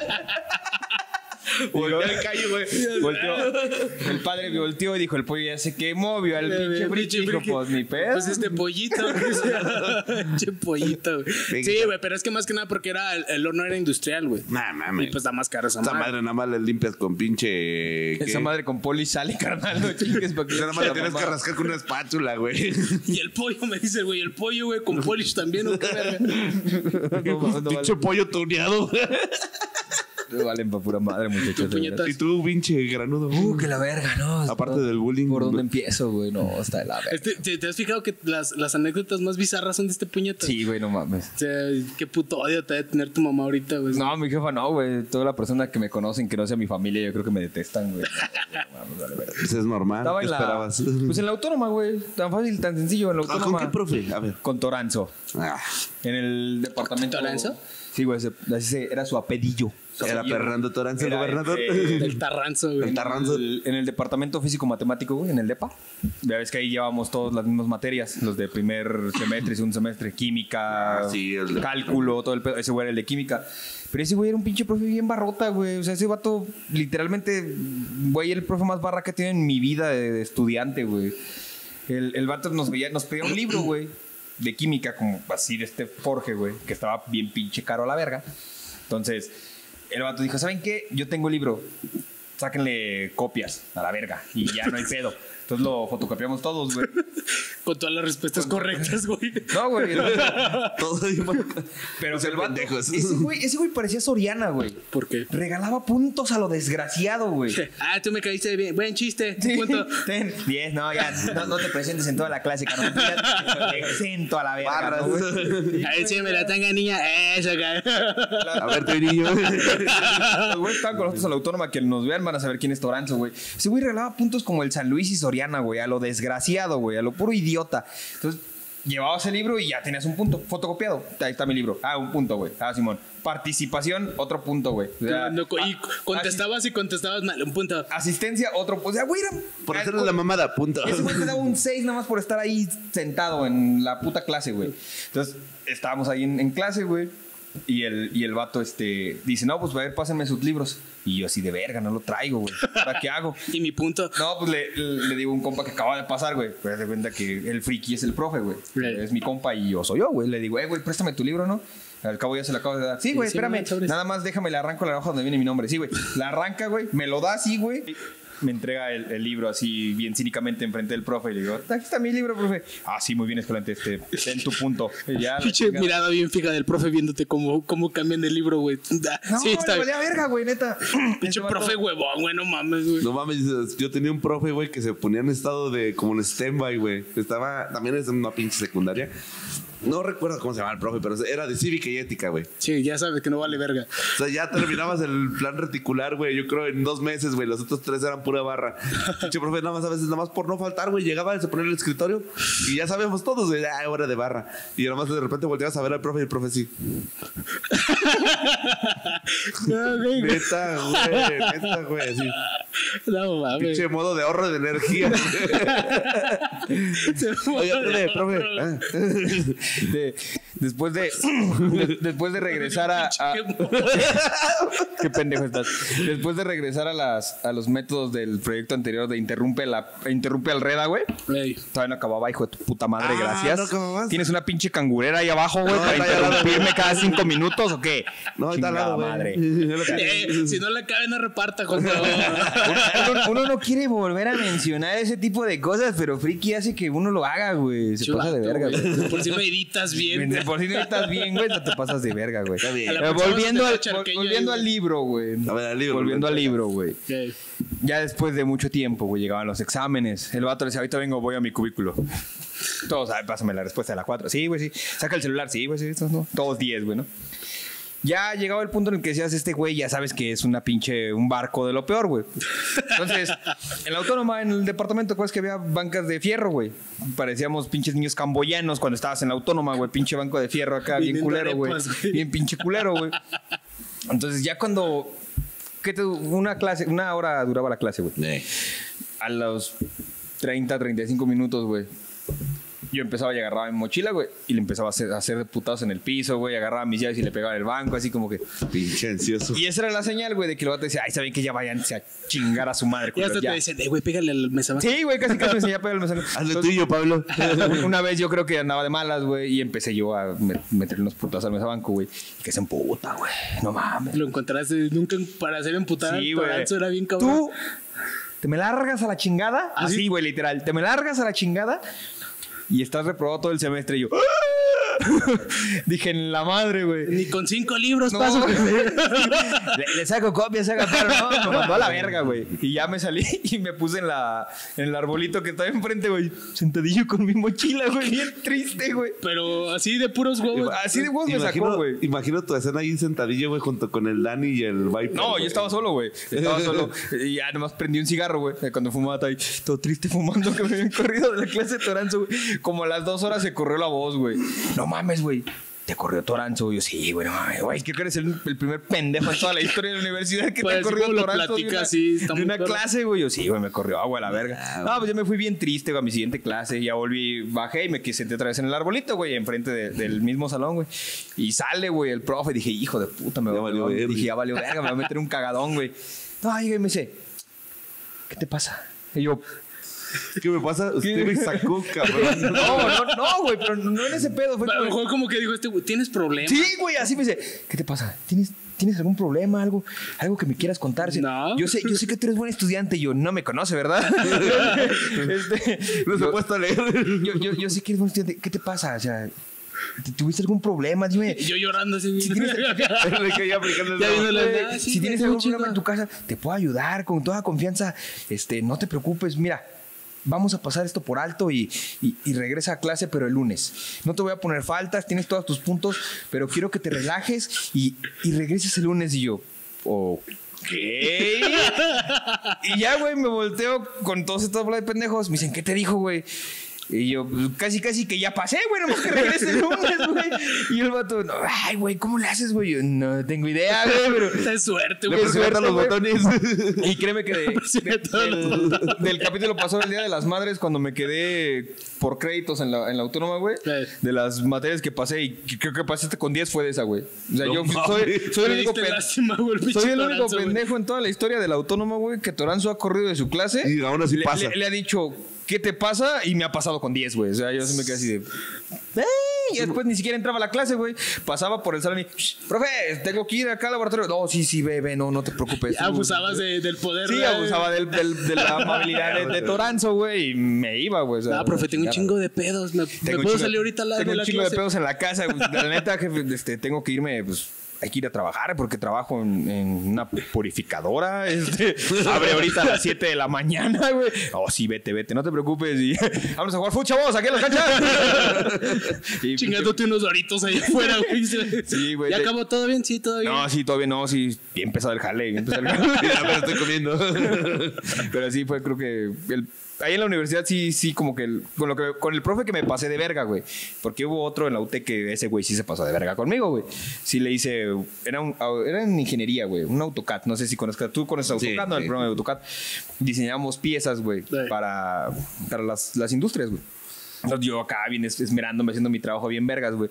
B: Volteó al calle, güey.
C: Volteó. El padre volteó y dijo, el pollo ya se quemó, vio al pinche friki. y Dijo,
I: friki.
C: pues ni pedo.
I: Pues este pollito. güey. Pinche pollito, güey.
B: Venga.
I: Sí, güey, pero es que más que nada porque era el, el horno era industrial, güey.
B: Nah,
I: Y
B: mames.
I: pues da más cara esa
B: Esa
I: madre.
B: madre nada más la limpias con pinche. ¿qué?
C: Esa madre con poli sale, carnal. No chingues para que
B: Esa nada más la tienes que rascar con una espátula, güey.
I: Y el pollo me dice, güey, el pollo, güey, con polish también, ¿o qué verga?
C: No, no, no
B: Pinche
C: vale-
B: pollo tuneado, güey.
C: no valen para pura madre, muchachos. de verdad.
I: Puñetas.
B: Y tú, pinche granudo.
C: Uh, que la verga, no.
B: Aparte
C: no,
B: del bullying.
C: ¿Por dónde empiezo, güey? No, está de la verga.
I: Este, ¿te, te has fijado que las, las anécdotas más bizarras son de este puñeta?
C: Sí, güey, no mames.
I: O sea, qué puto odio te debe tener tu mamá ahorita, güey.
C: No, mi jefa no, güey. Toda la persona que me conocen, que no sea mi familia, yo creo que me detestan, güey. No, mames, vale verga.
B: Pues es normal.
C: Estaba
B: ¿Qué
C: en la.
B: esperabas?
C: Pues en la autónoma, güey. Tan fácil, tan sencillo. En la
B: Ah,
C: autónoma.
B: ¿Con qué profe? A ver.
C: Con Toranzo.
B: Ah,
C: En el departamento.
I: ¿Toranzo?
C: Sí, güey. ese- así se- Era su apellido. Su
B: era
C: apellido.
B: Fernando Toranzo, el
C: Era
B: gobernador.
C: este-
I: El tarranzo, güey.
B: El Tarranzo.
C: el- en el departamento físico-matemático, güey, en el DEPA. Ya ves que ahí llevábamos todas las mismas materias, los de primer semestre, segundo semestre, química,
B: Ah, sí, el de-
C: cálculo, todo el pedo. Ese güey era el de química. Pero ese güey era un pinche profe bien barrota, güey. O sea, ese vato, literalmente, güey, el profe más barra que he tenido en mi vida de, de estudiante, güey. El, el vato nos, veía, nos pedía un libro, güey, de química, como así de este Forge, güey, que estaba bien pinche caro a la verga. Entonces, el vato dijo, ¿saben qué? Yo tengo el libro, sáquenle copias a la verga y ya no hay pedo. Entonces lo fotocopiamos todos, güey.
I: Con todas las respuestas correctas, güey.
C: No, güey. no.
B: Todo
C: Pero el vato,
B: pendejos.
C: ese güey, ese güey parecía Soriana, güey.
I: ¿Por qué?
C: Regalaba puntos a lo desgraciado, güey.
I: Ah, tú me caíste bien. Buen chiste.
C: Sí.
I: Punto.
C: Ten. Diez, no, ya. No, no te presentes en toda la clase, carnal. Ya, Exento a la verga, ¿no, güey?
I: A ver si me la tanga, niña. Eso, cabrón.
B: A ver, tu niño.
C: Los güeyes estaban con nosotros a la autónoma que nos vean van a saber quién es Toranzo, güey. Ese güey regalaba puntos como el San Luis y Soriana, güey, a lo desgraciado, güey, a lo puro idiota. Entonces, Llevabas el libro y ya tenías un punto. Fotocopiado. Ahí está mi libro. Ah, un punto, güey. Ah, Simón. Participación, otro punto, güey. O sea, ah,
I: No, co- y
C: a-
I: contestabas y contestabas mal, un punto.
C: asi- Asistencia, otro. O sea, güey, era-
B: Por
C: era-
B: hacerle la mamada, punto.
C: Ese güey te daba un 6 nada más por estar ahí sentado en la puta clase, güey. Entonces, estábamos ahí en, en clase, güey. Y el, y el vato este, dice, no, pues a ver, pásenme sus libros. Y yo así de verga, no lo traigo, güey. ¿Para qué hago?
I: Y mi punto.
C: No, pues le, le digo a un compa que acaba de pasar, güey. Pero de cuenta que el friki es el profe, güey.
I: Right.
C: Es mi compa y yo soy yo, güey. Le digo, eh, güey, préstame tu libro, ¿no? Al cabo ya se lo acabo de dar. Sí, güey,
I: Sí,
C: espérame.
I: güey, sobres.
C: Nada más déjame le arranco la hoja donde viene mi nombre. Sí, güey. La arranca, güey. Me lo da así, güey. Me entrega el, el libro así bien cínicamente enfrente del profe y le digo, aquí está mi libro, profe. Ah, sí, muy bien, escolante, este, ten tu punto. Y ya, la
I: Pinche
C: chingada.
I: mirada bien fija del profe viéndote cómo, cómo cambian el libro, güey. Ah,
C: No,
I: sí, está
C: le
I: bien.
C: valía verga, güey, neta. Ese
I: Pinche
C: vato-
I: profe huevón, güey, no mames, güey.
B: No mames, yo tenía un profe, güey, que se ponía en estado de como en stand-by, güey. Estaba, también es en una pinche secundaria. No recuerdo cómo se llamaba el profe, pero era de cívica y ética, güey.
I: Sí, ya sabes que no vale verga.
B: O sea, ya terminabas el plan reticular, güey. Yo creo en dos meses, güey. Los otros tres eran pura barra. Pinche profe, nada más a veces, nada más por no faltar, güey. Llegaba, se ponía en el escritorio y ya sabíamos todos, güey. Ah, hora de barra. Y nada más de repente volteabas a ver al profe y el profe sí.
I: No, güey, güey.
B: Neta, güey. Neta, güey. Así.
I: No mames.
B: Pinche modo de ahorro de energía.
I: Se
B: Oye, profe, profe. ah.
C: De- después de, de- después de regresar a, a- qué pendejo estás después de regresar a las a los métodos del proyecto anterior de interrumpe la interrumpe al reda güey
I: Güey,
C: todavía no acababa hijo de tu puta madre
B: Ah,
C: gracias
B: no acababas.
C: tienes una pinche cangurera ahí abajo güey
B: No,
C: para
B: está ahí al lado,
C: interrumpirme cada cinco minutos o qué
B: No, está al
C: Chingada
B: lado, güey.
C: madre
I: eh, si no le cabe, no reparta, José.
C: uno, uno no quiere volver a mencionar ese tipo de cosas pero friki hace que uno lo haga güey se pasa de verga güey.
I: Por si no editas bien.
C: De por si no estás bien, güey, no te pasas de verga, güey.
B: bien.
C: Eh,
I: A la próxima
C: volviendo
I: vas a
C: al,
I: estar charqueño
C: volviendo
I: ahí,
C: al
I: güey.
C: libro, güey.
B: A ver, al libro,
C: Volviendo
B: güey.
C: al libro, güey.
I: Ok.
C: Ya después de mucho tiempo, güey, llegaban los exámenes. El vato le decía, ahorita vengo, voy a mi cubículo. Todos, ay, pásame la respuesta de la 4. Sí, güey, sí. Saca el celular, sí, güey, sí. estos no. Todos 10, güey, ¿no? Ya llegaba el punto en el que decías, este güey ya sabes que es una pinche, un barco de lo peor, güey. Entonces, en la autónoma, en el departamento, ¿cuál es que había bancas de fierro, güey? Parecíamos pinches niños camboyanos cuando estabas en la autónoma, güey. Pinche banco de fierro acá, bien
I: Viniendo
C: culero, güey.
I: arepas, güey.
C: Bien pinche culero, güey. Entonces, ya cuando... ¿Qué te, du- una clase, una hora duraba la clase, güey a los 30, 35 minutos, güey. Yo empezaba y agarraba mi mochila, güey, y le empezaba a hacer, a hacer de putados en el piso, güey. Agarraba mis llaves y le pegaba en el banco, así como que.
B: Pinche ansioso.
C: Y esa era la señal, güey, de que el vato decía, ay, saben que ya vayan a chingar a su madre.
I: Y hasta
C: culeros, ya".
I: te dicen, eh, güey, pégale al mesa.
C: Sí, güey, casi casi me enseñaba a pegar el mesón.
B: Hazlo
C: Entonces,
B: tuyo, Pablo.
C: una vez yo creo que andaba de malas, güey, y empecé yo a me- meter unos putados al mesa banco, güey. Y que se emputa, güey. No mames.
I: Lo encontraste nunca para ser emputada.
C: Sí,
I: Sí,
C: güey.
I: era bien cabrón.
C: Tú te me largas a la chingada. Así, güey, literal. Te me largas a la chingada y estás reprobado todo el semestre. Y yo ¡ah! dije, en la madre, güey.
I: Ni con cinco libros
C: No,
I: paso.
C: güey. le, le saco copias, saca paro, no, me mandó a la verga, güey. Y ya me salí y me puse en la en el arbolito que estaba enfrente, güey, sentadillo con mi mochila, güey, bien triste, güey.
I: Pero así de puros huevos.
C: Así de huevos me sacó,
B: Imagino,
C: güey.
B: imagino tu escena ahí sentadillo, güey, junto con el Dani y el Viper.
C: No, yo estaba solo, güey. Estaba solo. Y ya nomás prendí un cigarro, güey. eh, Cuando fumaba, estaba ahí todo triste fumando que me habían corrido de la clase de Toranzo, güey. Como a las dos horas se corrió la voz, güey. No mames, güey. Te corrió Toranzo. Yo, sí, güey, no mames, güey. Creo que eres el, el primer pendejo en toda la historia de la universidad que
I: Pues,
C: te ha
I: así
C: corrido
I: como lo
C: Toranzo. de
I: platica,
C: una,
I: sí, está
C: de
I: muy
C: una
I: claro.
C: clase, güey. Yo, sí, güey, me corrió agua a la
B: Ah,
C: verga. No, pues yo me fui bien triste, güey, a mi siguiente clase. Ya volví, bajé y me quise senté otra vez en el arbolito, güey, enfrente de- del mismo salón, güey. Y sale, güey, el profe. Dije, hijo de puta, me
B: Ya
C: va-
B: valió
C: me va-
B: verga.
C: Dije, ya valió verga, me va a meter un cagadón, güey. No, llega y me dice, ¿qué te pasa? Y yo,
B: ¿Qué me pasa? Usted me sacó, cabrón.
C: no, no, no, güey, pero no en ese pedo. Fue
I: A lo
C: como-
I: mejor como que dijo este güey, ¿tienes problemas?
C: Sí, güey, así me dice, ¿qué te pasa? ¿Tienes, ¿tienes algún problema? ¿Algo, algo que me quieras contar? Sí,
I: No.
C: Yo sé, yo sé que tú eres buen estudiante. Y yo, no me conoce, ¿verdad? Este,
B: No se
C: yo-
B: ha puesto a leer.
C: yo, yo, yo sé que eres buen estudiante. ¿Qué te pasa? O sea, ¿te- ¿tuviste algún problema? Dime.
I: Y Yo llorando así.
C: tienes-
B: Le caí aplicando el
I: Ya
B: dedo.
I: viene la-
C: Güey,
I: Ah, sí,
C: si
I: güey,
C: tienes
I: sí,
C: algún
I: chica.
C: problema en tu casa, te puedo ayudar con toda confianza. Este, no te preocupes, mira. Vamos a pasar esto por alto y, y- y regresa a clase, pero el lunes. No te voy a poner faltas, tienes todos tus puntos, pero quiero que te relajes y, y regreses el lunes. Y yo, ok. y ya, güey, me volteo con todos estos bola de pendejos. Me dicen, ¿qué te dijo, güey? Y yo, pues, casi, casi que ya pasé, güey, nomás que regrese el lunes, güey. Y el vato, no, ay, güey, ¿cómo le haces, güey? Yo, no tengo idea, güey, pero.
I: De suerte,
C: Le
I: güey.
C: puse
I: suerte,
C: ahorita los
I: güey.
C: botones. Y créeme que de-
I: Presiona
C: de-
I: todos los
C: del, del capítulo pasado el Día de las Madres, cuando me quedé por créditos en la, en la autónoma, güey,
I: Eh.
C: de las materias que pasé, y que- creo que pasaste con 10 fue de esa, güey. O sea,
A: No
C: yo fui-
A: mames.
C: soy, soy el
I: Me
C: único
I: diste
C: pen-
I: lástima, güey, el pinche
C: soy el único
I: Toranzo, güey.
C: pendejo en toda la historia del autónomo, güey, que Toranzo ha corrido de su clase.
A: Y aún así
C: le,
A: pasa.
C: Le, le ha dicho, ¿qué te pasa? Y me ha pasado con 10, güey. O sea, yo se me quedé así de. "Eh", Y después ni siquiera entraba a la clase, güey. Pasaba por el salón y, "Shh, profe, tengo que ir acá al laboratorio. No, sí, sí, ve, ve, no, no te preocupes.
I: Ah,
C: Tú-
I: Abusabas de- del poder.
C: Sí,
I: güey.
C: abusaba del, del- de la amabilidad de, de Toranzo, güey, y me iba, güey. o sea,
I: Ah, profe, tengo un
C: chingada.
I: chingo de pedos. ¿Me, me
C: Tengo un
I: puedo
C: chingo-
I: salir ahorita a la,
C: Tengo
I: de
C: un
I: la
C: chingo
I: clase?
C: de pedos en la casa. güey. La neta, jefe, este, tengo que irme, pues. Hay que ir a trabajar porque trabajo en, en una purificadora. Este, abre ahorita a las 7 de la mañana, güey. Oh, sí, vete, vete, no te preocupes. Y, vamos a jugar fucha vos, aquí en la cancha. Y-
I: Chingándote unos doritos ahí afuera, güey.
C: Sí, güey,
I: ¿Ya
C: de-
I: acabó todo bien? Sí, todo bien.
C: No, sí, todavía no, sí. Bien pesado el jale, bien pesado el jale.
A: pero estoy comiendo.
C: Pero sí fue, creo que. el- ahí en la universidad sí, sí, como que, el- con lo que. Con el profe que me pasé de verga, güey. Porque hubo otro en la UT que ese güey sí se pasó de verga conmigo, güey. Sí le hice. Era, un, era en ingeniería, güey. Un AutoCAD. No sé si conozcas. Tú conoces AutoCAD, ¿no? El
A: sí.
C: programa de AutoCAD. Diseñamos piezas, güey. Para, para las, las industrias, güey. Entonces yo acá bien es- esmerándome, haciendo mi trabajo bien vergas, güey.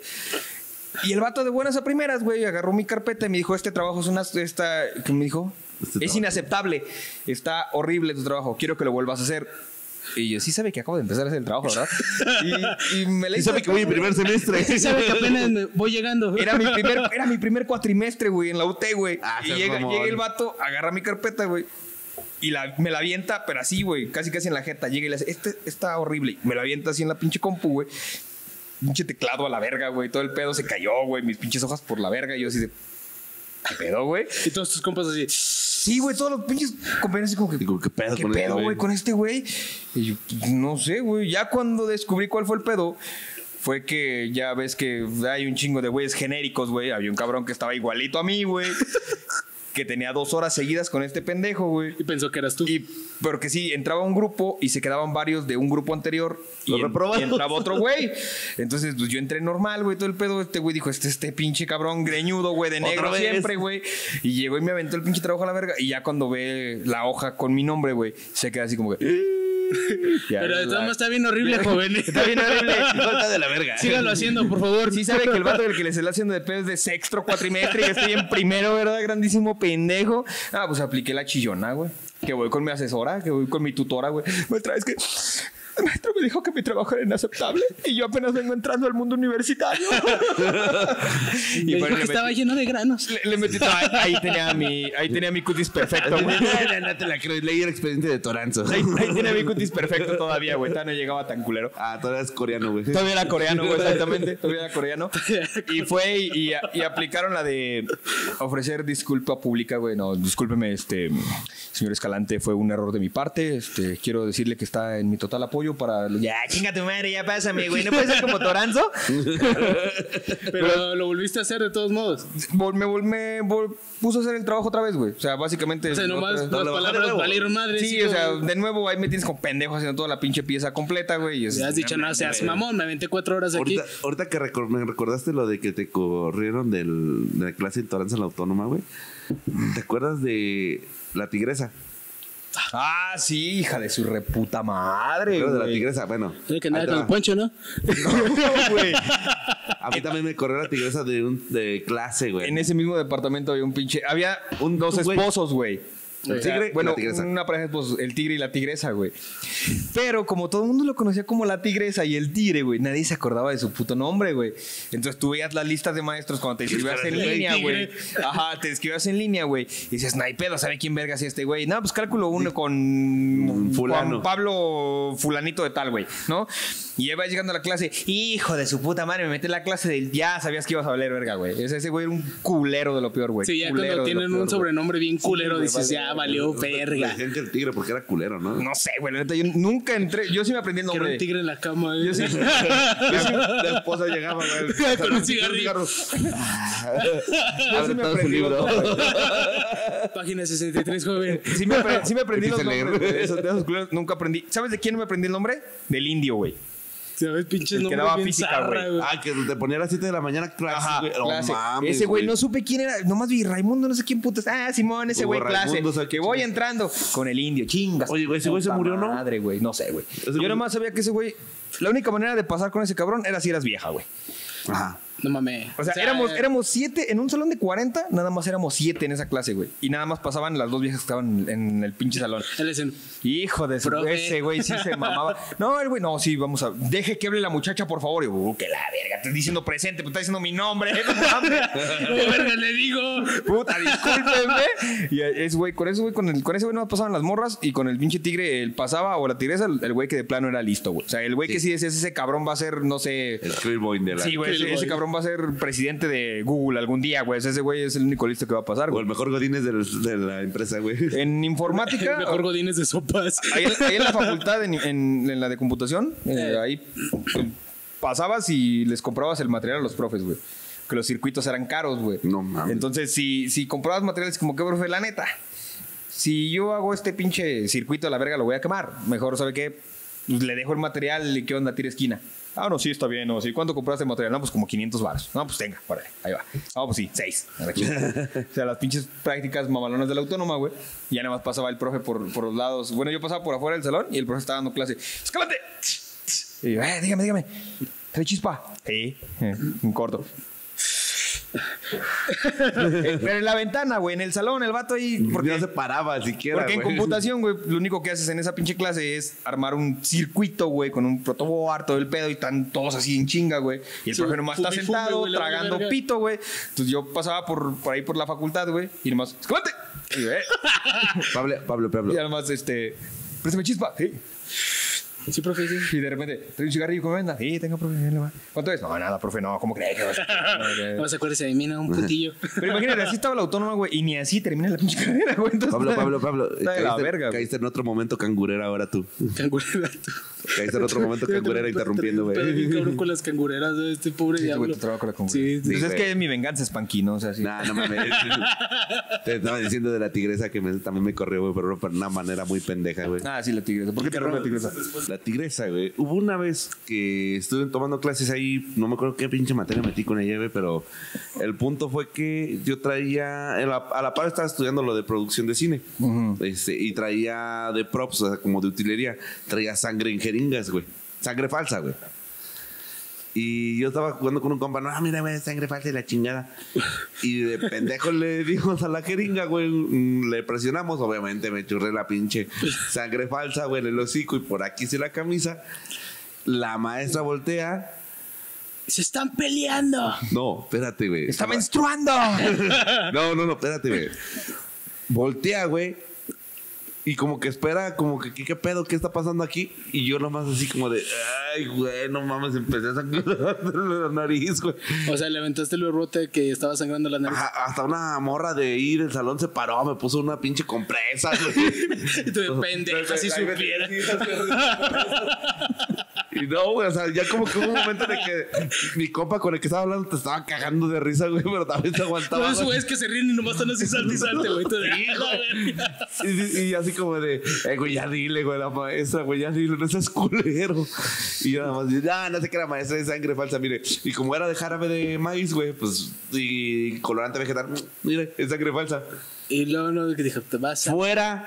C: Y el vato de buenas a primeras, güey, agarró mi carpeta y me dijo, este trabajo es una... Esta, ¿Qué me dijo?
A: Este
C: es inaceptable. Está horrible tu trabajo. Quiero que lo vuelvas a hacer. Y yo, sí sabe que acabo de empezar a hacer el trabajo, ¿verdad? Y, y me le
A: Y
C: hizo-
A: sabe que voy en primer semestre.
I: Sí, sabe que apenas me voy llegando.
C: Era mi, primer, era mi primer cuatrimestre, güey, en la UT, güey.
A: Ah,
C: y
A: seas
C: llega,
A: mamón.
C: llega el vato, agarra mi carpeta, güey. Y la- me la avienta, pero así, güey, casi casi en la jeta. Llega y le hace, este está horrible. Y Me la avienta así en la pinche compu, güey. Pinche teclado a la verga, güey. Todo el pedo se cayó, güey. Mis pinches hojas por la verga. Y yo así de... ¿Qué pedo, güey?
I: Y todos tus compas así.
C: Sí, güey, todos los pinches compañeros así como que...
A: Digo, ¿qué pedo
C: ¿Qué
A: con este
C: pedo,
A: güey?
C: güey, con este güey? Y yo, pues, no sé, güey. Ya cuando descubrí cuál fue el pedo, fue que ya ves que hay un chingo de güeyes genéricos, güey. Había un cabrón que estaba igualito a mí, güey. que tenía dos horas seguidas con este pendejo, güey.
I: Y pensó que eras tú.
C: Y porque sí, entraba un grupo y se quedaban varios de un grupo anterior y,
A: Los
C: en-
A: reprobados.
C: y entraba otro güey. Entonces, pues yo entré normal, güey, todo el pedo. Este güey dijo, este, este pinche cabrón greñudo, güey, de
A: Otra
C: negro
A: vez.
C: siempre, güey. Y llegó y me aventó el pinche trabajo a la verga. Y ya cuando ve la hoja con mi nombre, güey, se queda así como que... Ya,
I: Pero de todas
C: la-
I: maneras está bien horrible, joven.
C: Está bien horrible.
A: Falta de la verga.
I: Sígalo haciendo, por favor.
C: Sí sabe que el vato del que les está haciendo de pedo es de sexto cuatrimestre y yo estoy en primero, ¿verdad? Grandísimo pendejo. Ah, pues apliqué la chillona, güey. Que voy con mi asesora, que voy con mi tutora, güey. Maestra, es que... El maestro me dijo que mi trabajo era inaceptable y yo apenas vengo entrando al mundo universitario. y
I: Me dijo
C: bueno,
I: que
C: le
I: estaba
C: metí,
I: lleno de granos.
C: le- le metí- ahí, ahí tenía mi, ahí tenía mi cutis perfecto, güey.
A: No, no, no te la creo. Leí el expediente de Toranzo.
C: Ahí, ahí tenía mi cutis perfecto todavía, güey. Todavía no llegaba tan culero.
A: Ah, todavía es coreano, güey.
C: Todavía era coreano, güey, exactamente. Este, Todavía era coreano. Y fue y, y- y aplicaron la de ofrecer disculpa pública, güey. No, discúlpeme, este, señor Escalante, fue un error de mi parte. Este, quiero decirle que está en mi total apoyo para. Ya, chinga tu madre, ya pásame, güey. No puede ser como Toranzo.
I: Pero lo volviste a hacer de todos modos.
C: Vol- me, vol- me vol- puso a hacer el trabajo otra vez, güey. O sea, básicamente.
I: O sea,
C: otra
I: nomás
C: vez.
I: las
A: lo bajaron
I: palabras
A: luego.
I: valieron madre.
C: Sí, o sea, de nuevo ahí me tienes con pendejo haciendo toda la pinche pieza completa, güey. y es-
I: Le has dicho, no seas mamón, me aventé cuatro horas aquí.
A: Ahorita, ahorita que recor- me recordaste lo de que te corrieron del- de la clase de Toranzo en la autónoma, güey. ¿Te acuerdas de la tigresa?
C: Ah, sí, hija de su reputa
A: ¿Te
C: madre,
A: acuerdas de la
C: güey.
A: tigresa? Bueno.
I: Tiene que
A: ahí
I: andar
A: te
I: con
A: va.
I: el poncho, ¿no?
C: No, güey.
A: A mí también me corrió la tigresa de, un, de clase, güey.
C: En ese mismo departamento había un pinche. Había un, dos
A: Güey.
C: esposos, güey.
A: El
C: O sea,
A: tigre y
C: bueno,
A: la tigresa.
C: una pareja de esposos, el tigre y la tigresa, güey. Pero como todo el mundo lo conocía como la tigresa y el tigre, güey, nadie se acordaba de su puto nombre, güey. Entonces tú veías las listas de maestros cuando te escribías en
I: El
C: línea, güey.
I: tigre.
C: Ajá, te escribías en línea, güey. Y dices, no hay pedo, ¿sabe quién verga es este, güey? No, pues cálculo uno con
A: Fulano.
C: Juan Pablo fulanito de tal, güey, ¿no? Y ya va llegando a la clase, hijo de su puta madre, me metí en la clase del ya sabías que ibas a valer verga, güey. Ese, ese güey era un culero de lo peor, güey.
I: Sí, ya
C: Culero de
I: cuando
C: lo
I: tienen un
C: peor, güey.
I: sobrenombre bien culero,
C: güey,
I: dices,
C: vale,
I: ya
C: vale.
I: valió
A: Le
I: verga.
A: decían que el tigre porque era culero, ¿no?
C: No sé, güey, la neta, yo nunca entré. Yo sí me aprendí el
I: Que
C: nombre.
I: era un tigre en la cama. eh.
C: Yo sí. yo sí- la esposa llegaba, güey.
I: Con un cigarrillo.
C: Yo sí me
A: todo su
C: aprendí los
A: libro.
C: nombres, güey.
I: Página 63, joven.
C: Sí me, apre- sí me aprendí los
A: Empieza a leer.
C: nombres, güey, de esos- de esos culeros. Nunca aprendí. ¿Sabes de quién me aprendí el nombre? Del indio, güey.
I: ¿Sabes? Pinches
C: El que
I: nombres
C: daba
I: bien
C: física,
I: zarra,
C: güey.
B: Ah, que te ponía a las 7 de la mañana clase,
C: Ajá,
B: güey. No
C: clase.
B: mames,
C: ese güey no supe quién era, nomás vi Raimundo, no sé quién putas. Ah, Simón, ese
B: Hugo
C: güey clase.
B: Raimundo, o sea,
C: que voy entrando con el indio, chingas.
B: Oye, güey, ese güey se
C: Puta
B: murió, ¿no?
C: Madre, güey, no sé, güey. Yo
B: güey-
C: nomás sabía que ese güey la única manera de pasar con ese cabrón era si eras vieja, güey.
B: Ajá.
I: No mames. Eh,
C: O sea, éramos, éramos siete en un salón de 40, nada más éramos siete en esa clase, güey. Y nada más pasaban las dos viejas que estaban en el pinche salón.
I: Él es el-
C: Hijo de su
I: Profe.
C: ese güey sí se mamaba. No, el güey, no, sí, vamos a. Deje que hable la muchacha, por favor. Y, uh, que la verga, estás diciendo presente, pues está diciendo mi nombre. no mames.
I: ¡Qué verga le digo!
C: Puta, discúlpenme. Y es güey, con ese güey, con, el- con ese güey no pasaban las morras y con el pinche tigre él pasaba o la tigresa, el el güey que de plano era listo, güey. O sea, el güey que sí decías, ese cabrón va a ser, no sé.
B: El Clearboy de la.
C: Sí, güey,
I: que
C: ese,
I: lo
C: ese
I: hay.
C: cabrón va a ser presidente de Google algún día, güey. Ese güey es el único listo que va a pasar,
B: O
C: güey.
B: el mejor Godínez del- de la empresa, güey.
C: En
I: El
C: informática,
I: mejor Godínez de sopas.
C: ahí, en- ahí en la facultad, en, en- en la de computación, eh,
I: Eh.
C: ahí eh, pasabas y les comprabas el material a los profes, güey. Que los circuitos eran caros, güey.
B: No mames.
C: Entonces, si, si comprabas materiales como que, profe, la neta, si yo hago este pinche circuito a la verga, lo voy a quemar. Mejor, ¿sabe qué? Pues, le dejo el material y qué onda, tira esquina. Ah, no, sí, está bien. No, sí. ¿Cuánto compraste el material? No, pues como 500 baros. No, pues tenga, órale, ahí va. Ah, pues sí, 6. o sea, las pinches prácticas mamalonas de la autónoma, güey. Y ya nada más pasaba el profe por, por los lados. Bueno, yo pasaba por afuera del salón y el profe estaba dando clase. ¡Escálate! Y yo, eh, dígame, dígame. ¿Trae chispa? Sí. Eh, en corto. Eh, Pero en la ventana, güey, en el salón, el vato ahí.
B: Porque
C: Porque
B: no se paraba siquiera.
C: porque en
B: güey.
C: computación, güey, lo único que haces en esa pinche clase es armar un circuito, güey, con un protoboard, todo el pedo, y están todos así en chinga, güey. Y el
I: Sí,
C: profe nomás está
I: fume y fume,
C: sentado,
I: güey, le vale
C: tragando
I: verga.
C: pito, güey. Entonces yo pasaba por, por ahí por la facultad, güey, y nomás, ¡escóndete! Y, yo, "Eh".
B: Pablo, Pablo, Pablo.
C: Y además, este, préstame chispa, sí.
I: Sí, profe, sí.
C: Y de repente, ¿trae un cigarrillo que me venda? Sí, tengo, profe, ahí le va. ¿Cuánto es? No, nada, profe, no, ¿cómo crees? que va a ser?
I: Ah. No se acuérdese de mí, no, un putillo.
C: Pero imagínate, así estaba la autónoma, güey, y ni así termina la pinche carrera, güey. Entonces,
B: Pablo, Pablo, Pablo.
C: Está de la
B: caíste-
C: verga, güey.
B: Caíste en otro momento cangurera ahora tú.
I: Cangurera. tú.
B: Caíste en otro momento cangurera interrumpiendo,
I: Pero bien
B: güey.
I: cabrón con las cangureras, ¿no? este pobre
C: Sí,
I: diablo.
C: güey, te trabajo la congruencia.
I: Sí,
C: Entonces Pues es
B: güey.
C: que mi venganza es panqui, ¿no? O sea, sí.
B: Nah, no mames. Te estaba diciendo de la tigresa que me- también me corrió, güey, pero de una manera muy pendeja, güey.
C: Ah, sí, la tigresa. ¿Por qué te roba la tigresa?
B: La tigresa, güey. Hubo una vez que estuve tomando clases ahí, no me acuerdo qué pinche materia metí con ella, güey, pero el punto fue que yo traía, a la, a la par estaba estudiando lo de producción de cine, este, y traía de props, o sea, como de utilería, traía sangre en jeringas, güey. Sangre falsa, güey. Y yo estaba jugando con un compa, no, ah, mira, güey, sangre falsa y la chingada. Y de pendejo le dimos a la jeringa, güey. mm, Le presionamos, obviamente me churré la pinche sangre falsa, güey, en el hocico y por aquí se la camisa. La maestra voltea.
I: Se están peleando.
B: No, espérate, güey.
C: ¡Está menstruando!
B: No, no, no, espérate, güey. Voltea, güey. Y como que espera, como que, ¿qué, qué pedo? ¿Qué está pasando aquí? Y yo nomás así como de, ay, güey, no mames, empecé a sangrar la nariz, güey.
I: O sea, le aventaste el berrote que estaba sangrando la nariz.
B: Ajá, hasta una morra de ir del salón se paró, me puso una pinche compresa, güey.
I: Y tú de pendeja, si supiera.
B: Y no, güey, o sea, ya como que hubo un momento en el que mi compa con el que estaba hablando te estaba cagando de risa, güey, pero también te aguantaba.
I: Todos esos
B: güey.
I: güeyes que se ríen y nomás están así salte y salte, güey. Tú de,
B: Sí,
I: "Ah, la
B: güey.
I: verga".
B: Y, y- y así como de, eh, güey, ya dile, güey, la maestra, güey, ya dile, no seas culero. Y yo nada más, ah, no sé qué era maestra de sangre falsa, mire. Y como era de jarabe de maíz, güey, pues, y colorante vegetal, mire, es sangre falsa.
I: Y luego no, que dije, te vas a.
B: Fuera.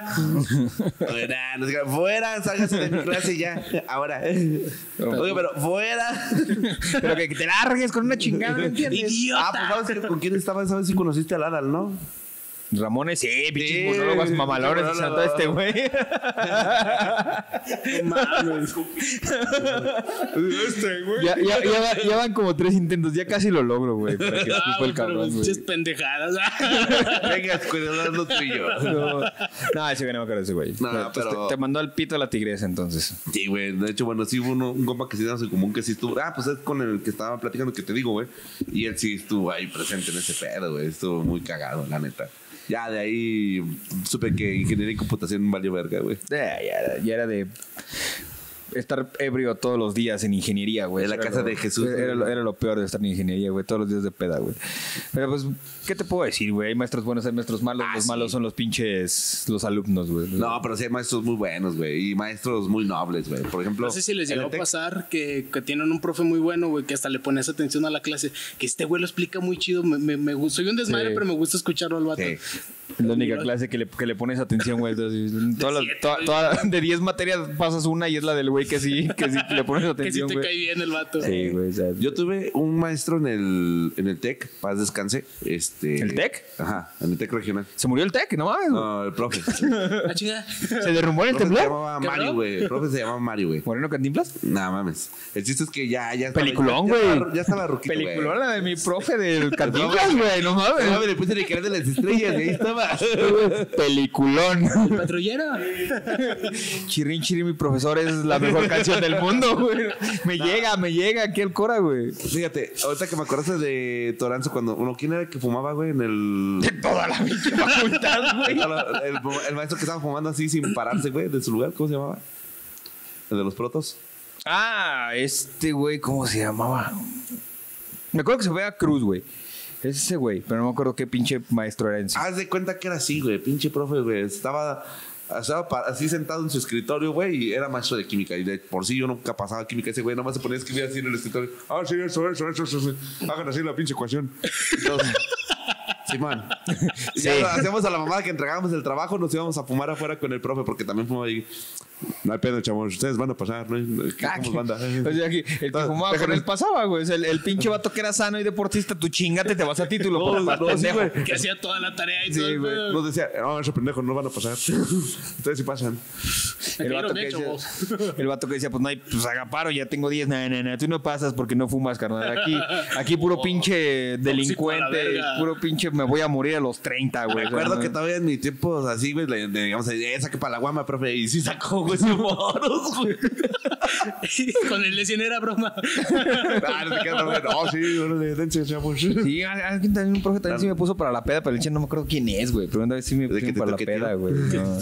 B: fuera, no sé qué, fuera, sálgase de mi clase ya. Ahora. Oye, pero fuera.
C: Pero que, que te largues con una chingada, ¿no entiendes?
B: Ah, pues sabes que con quién estabas, sabes si conociste al Adal, ¿no?
C: Ramones, sí, pinches
B: Sí,
C: monólogos mamalones y
B: monólogos.
C: santo este güey.
I: Mames.
C: Ya, ya, ya va- ya van como tres intentos, ya casi lo logro, güey. Para que
I: Ah,
C: escupa
I: güey,
C: el
I: pero
C: cabrón, güey.
I: pinches pendejadas.
B: Venga, cuidado tuyo.
C: No, no, ese güey no me acuerdo de ese güey.
B: No,
C: Entonces,
B: pero-
C: te, te mandó al pito a la tigresa entonces.
B: Sí, güey. De hecho, bueno, sí hubo uno, un compa que sí tenemos en común que sí estuvo. Ah, pues es con el que estaba platicando que te digo, güey. Y él sí estuvo ahí presente en ese pedo, güey. Estuvo muy cagado, la neta. Ya de
C: Eh,
B: ahí supe que ingeniería y computación valió verga, güey.
C: Ya, ya, era- ya era de. estar ebrio todos los días en ingeniería, güey.
B: En la
C: Era
B: casa
C: lo-
B: de Jesús,
C: Era, era lo- era lo peor de estar en ingeniería, güey. Todos los días de peda, güey. Pero pues, ¿qué te puedo decir, güey? Hay maestros buenos, hay maestros malos. los malos son los pinches, los alumnos, güey.
B: Ah, No, pero sí hay maestros muy buenos, güey. Y maestros muy nobles, güey. Por ejemplo.
I: No sé si les
B: en
I: llegó
B: el
I: a
B: Tec-
I: pasar que, que tienen un profe muy bueno, güey, que hasta le pones atención a la clase. Que este güey lo explica muy chido. Me, me, me gusta. Soy un desmadre,
C: Sí.
I: pero me gusta escucharlo al vato.
B: Sí.
C: La única clase que le, que le pones atención, güey. Entonces, todas las-
I: siete,
C: toda-
I: güey.
C: toda- de 10 materias pasas una y es la del güey que sí, que sí le pones
I: Que si
C: atención,
I: te cae
C: güey.
I: bien el vato.
C: Sí, güey. o sea,
B: Yo tuve un maestro en el, en el TEC, paz descanse. Este,
C: ¿El TEC?
B: Ajá, en el TEC regional.
C: ¿Se murió el tech? No mames. güey.
B: No, el profe. El
I: Ah, chinga.
C: ¿Se derrumbó en el
B: profe se
C: temblor?
B: llamaba
I: ¿Qué
B: Mario,
I: pedo?
B: güey. El profe se llamaba Mario, güey.
C: ¿Moreno Cantinflas?
B: Nah, mames. El chiste es que ya, ya. estaba-
C: Peliculón,
B: ya estaba-
C: güey.
B: Ya estaba ruquito, güey.
C: Peliculón la de mi profe del Cantinflas, güey. No mames.
B: No, mames, le puse el canal de las estrellas y ahí estaba.
C: Peliculón.
I: El patrullero.
C: Chirrin Chirrin, mi profesor, es la mejor canción del mundo, güey. Me llega, me llega aquí el Cora, güey.
B: Fíjate, ahorita que me acordaste de Toranzo cuando uno, ¿quién era el que fumaba, güey? En el.
C: Toda la pinche facultad, güey.
B: el, el maestro que estaba fumando así sin pararse, güey, de su lugar, ¿cómo se llamaba? El de los protos.
C: Ah, este güey, ¿cómo se llamaba? Me acuerdo que se fue a Cruz, güey. Es ese güey, pero no me acuerdo qué pinche maestro era en sí.
B: Haz de cuenta que era así, güey, pinche profe, güey. Estaba, estaba pa- así sentado en su escritorio, güey, y era maestro de química. Y de por sí yo nunca pasaba química. Ese güey nomás se ponía a escribir así en el escritorio. Ah, sí, eso, eso, eso, eso. eso. Hagan así la pinche ecuación. Entonces, Simón. Y ya lo hacíamos a la mamada que entregábamos el trabajo, nos íbamos a fumar afuera con el profe, porque también fumaba ahí. No hay pedo, chavos, ustedes van a pasar, ¿no? ¿Qué-
C: Ah,
B: somos
C: que-
B: banda.
C: o sea, que el que
B: Todo-
C: fumaba con
B: déjame-
C: él pasaba, güey. O sea, el, el pinche vato que era sano y deportista, tú chingate, te vas a título. por más pendejo.
I: Que hacía toda la tarea y
B: Sí,
I: todo el
B: güey.
I: pedo.
B: Nos decía, no, esos pendejos no van a pasar. Ustedes sí pasan.
I: Me
C: el
I: cayeron
C: vato
I: bien,
C: que
I: chavos.
C: decía, el vato que decía, pues no hay, pues haga paro, ya tengo 10. No, no, no, tú no pasas porque no fumas, carnal. Aquí, aquí
I: Oh.
C: puro pinche
I: tóxico a la
C: delincuente,
I: verga.
C: puro pinche me voy a morir a los 30, güey.
B: Me
C: O sea,
B: acuerdo
C: no-
B: que todavía en mis tiempos así, güey, le, le digamos, eh, saque para la guama, profe, y sí sacó, güey, sin moros, güey.
I: Con el de 100 era broma.
B: Ah, no, te quedas, güey, no, sí, órale, dense, chavos.
C: Sí, alguien también, un profe también sí me puso para la peda, pero el che no me acuerdo quién es, güey. Pero una vez sí me
B: ¿De
C: puso
B: que te
C: para la
B: toqueteó?
C: peda, güey. No.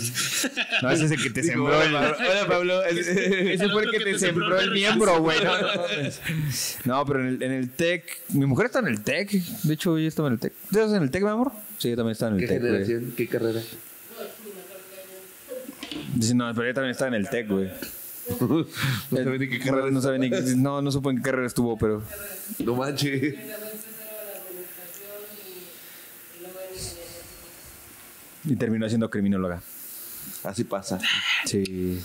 C: no, ese es el que te
B: Digo,
C: sembró. el-
B: hola, hola, Pablo.
C: Ese fue el que te sembró el miembro, güey. No, No, pero en el, en el TEC, mi mujer está en el TEC. De hecho, ella estaba en el TEC. ¿Tú estás en el TEC, mi amor? Sí, yo también estaba en el TEC. güey.
B: ¿Qué carrera?
C: Dice, no, pero ella también estaba en el TEC, güey.
B: No sabía ni qué carrera.
C: No
B: es.
C: sabe ni no, no supo en qué carrera estuvo, pero.
B: No manches.
C: Y terminó siendo criminóloga.
B: Así pasa.
C: Sí.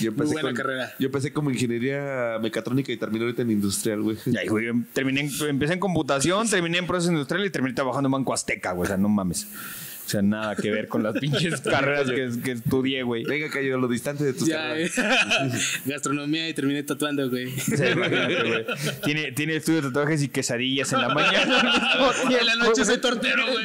B: Yo empecé
I: buena
B: con-
I: carrera.
B: Yo empecé como ingeniería mecatrónica y terminé ahorita en industrial, güey.
C: Y ahí, güey, em- terminé, en- empecé en computación, terminé en proceso industrial y terminé trabajando en Banco Azteca, güey. O sea, no mames. O sea, nada que ver con las pinches carreras que, que estudié, güey.
B: Venga, cayó a lo distante de tus
I: Ya,
B: carreras.
I: eh. Gastronomía y terminé tatuando, güey.
C: O sea, imagínate, güey. Tiene, tiene estudio de tatuajes y quesadillas en la mañana. al mismo
I: Y en la noche soy
C: tiempo,
I: tortero, güey.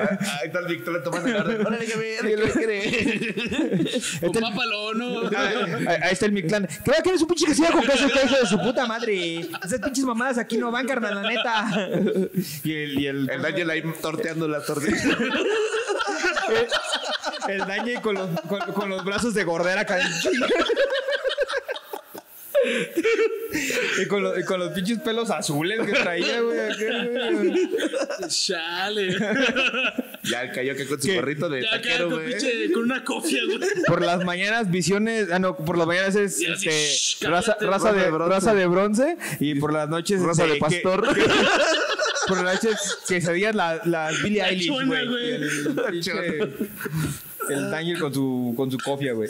B: Ah, Ahí está el Víctor le tomando la orden. Órale, que ver, ¿qué le
C: Este
B: crees?
I: Con papalo, no.
C: güey. Ahí, ahí está el Mictlán. Creo que eres un pinche quesadilla con queso, hijo de su puta madre. Esas pinches mamadas aquí no van, carnal, la neta. Y el, y el,
B: El Daniel ahí torteando las tortillas.
C: el Dani con los, con, con los brazos de gordera acá. Y con, los, y con los pinches pelos azules que traía, güey. acá, güey.
I: Chale.
B: Ya cayó que con su perrito de
I: Ya acá
B: taquero,
I: con
B: güey.
I: pinche con una cofia, güey.
C: Por las mañanas, visiones. Ah, no, por las mañanas es
I: Y así,
C: este,
I: shh,
C: raza,
I: cállate.
C: raza de,
B: Raza de bronce.
C: raza de bronce. Y por las noches.
B: Raza
C: este,
B: de
C: que-
B: pastor.
C: que- por las noches quesadillas, la, la Billie
I: La
C: Eilish,
I: chona,
C: güey.
I: güey.
C: y El, pinche- el Daniel con su, con su cofia, güey.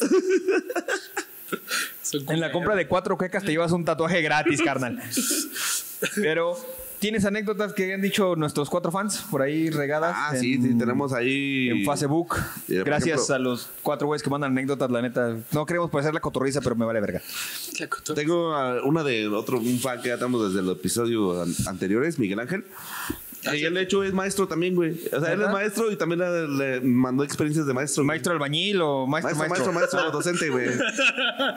C: En la compra de cuatro cuecas te llevas un tatuaje gratis, carnal. Pero, ¿tienes anécdotas que hayan dicho nuestros cuatro fans por ahí regadas?
B: Ah,
C: en-
B: sí, sí, tenemos ahí.
C: En Facebook.
B: Y, por
C: Gracias
B: ejemplo-
C: a los cuatro güeyes que mandan anécdotas, la neta. No queremos parecer la cotorriza, pero me vale verga.
I: La cotor-
B: Tengo ah, una de otro, un fan que ya tenemos desde el episodio an- anteriores, Miguel Ángel. Y él, de hecho, es maestro también, güey. O sea, él es
C: ¿Verdad?
B: maestro y también le, le mandó experiencias de maestro. güey.
C: Maestro albañil o maestro, maestro.
B: Maestro, maestro, maestro, docente, güey.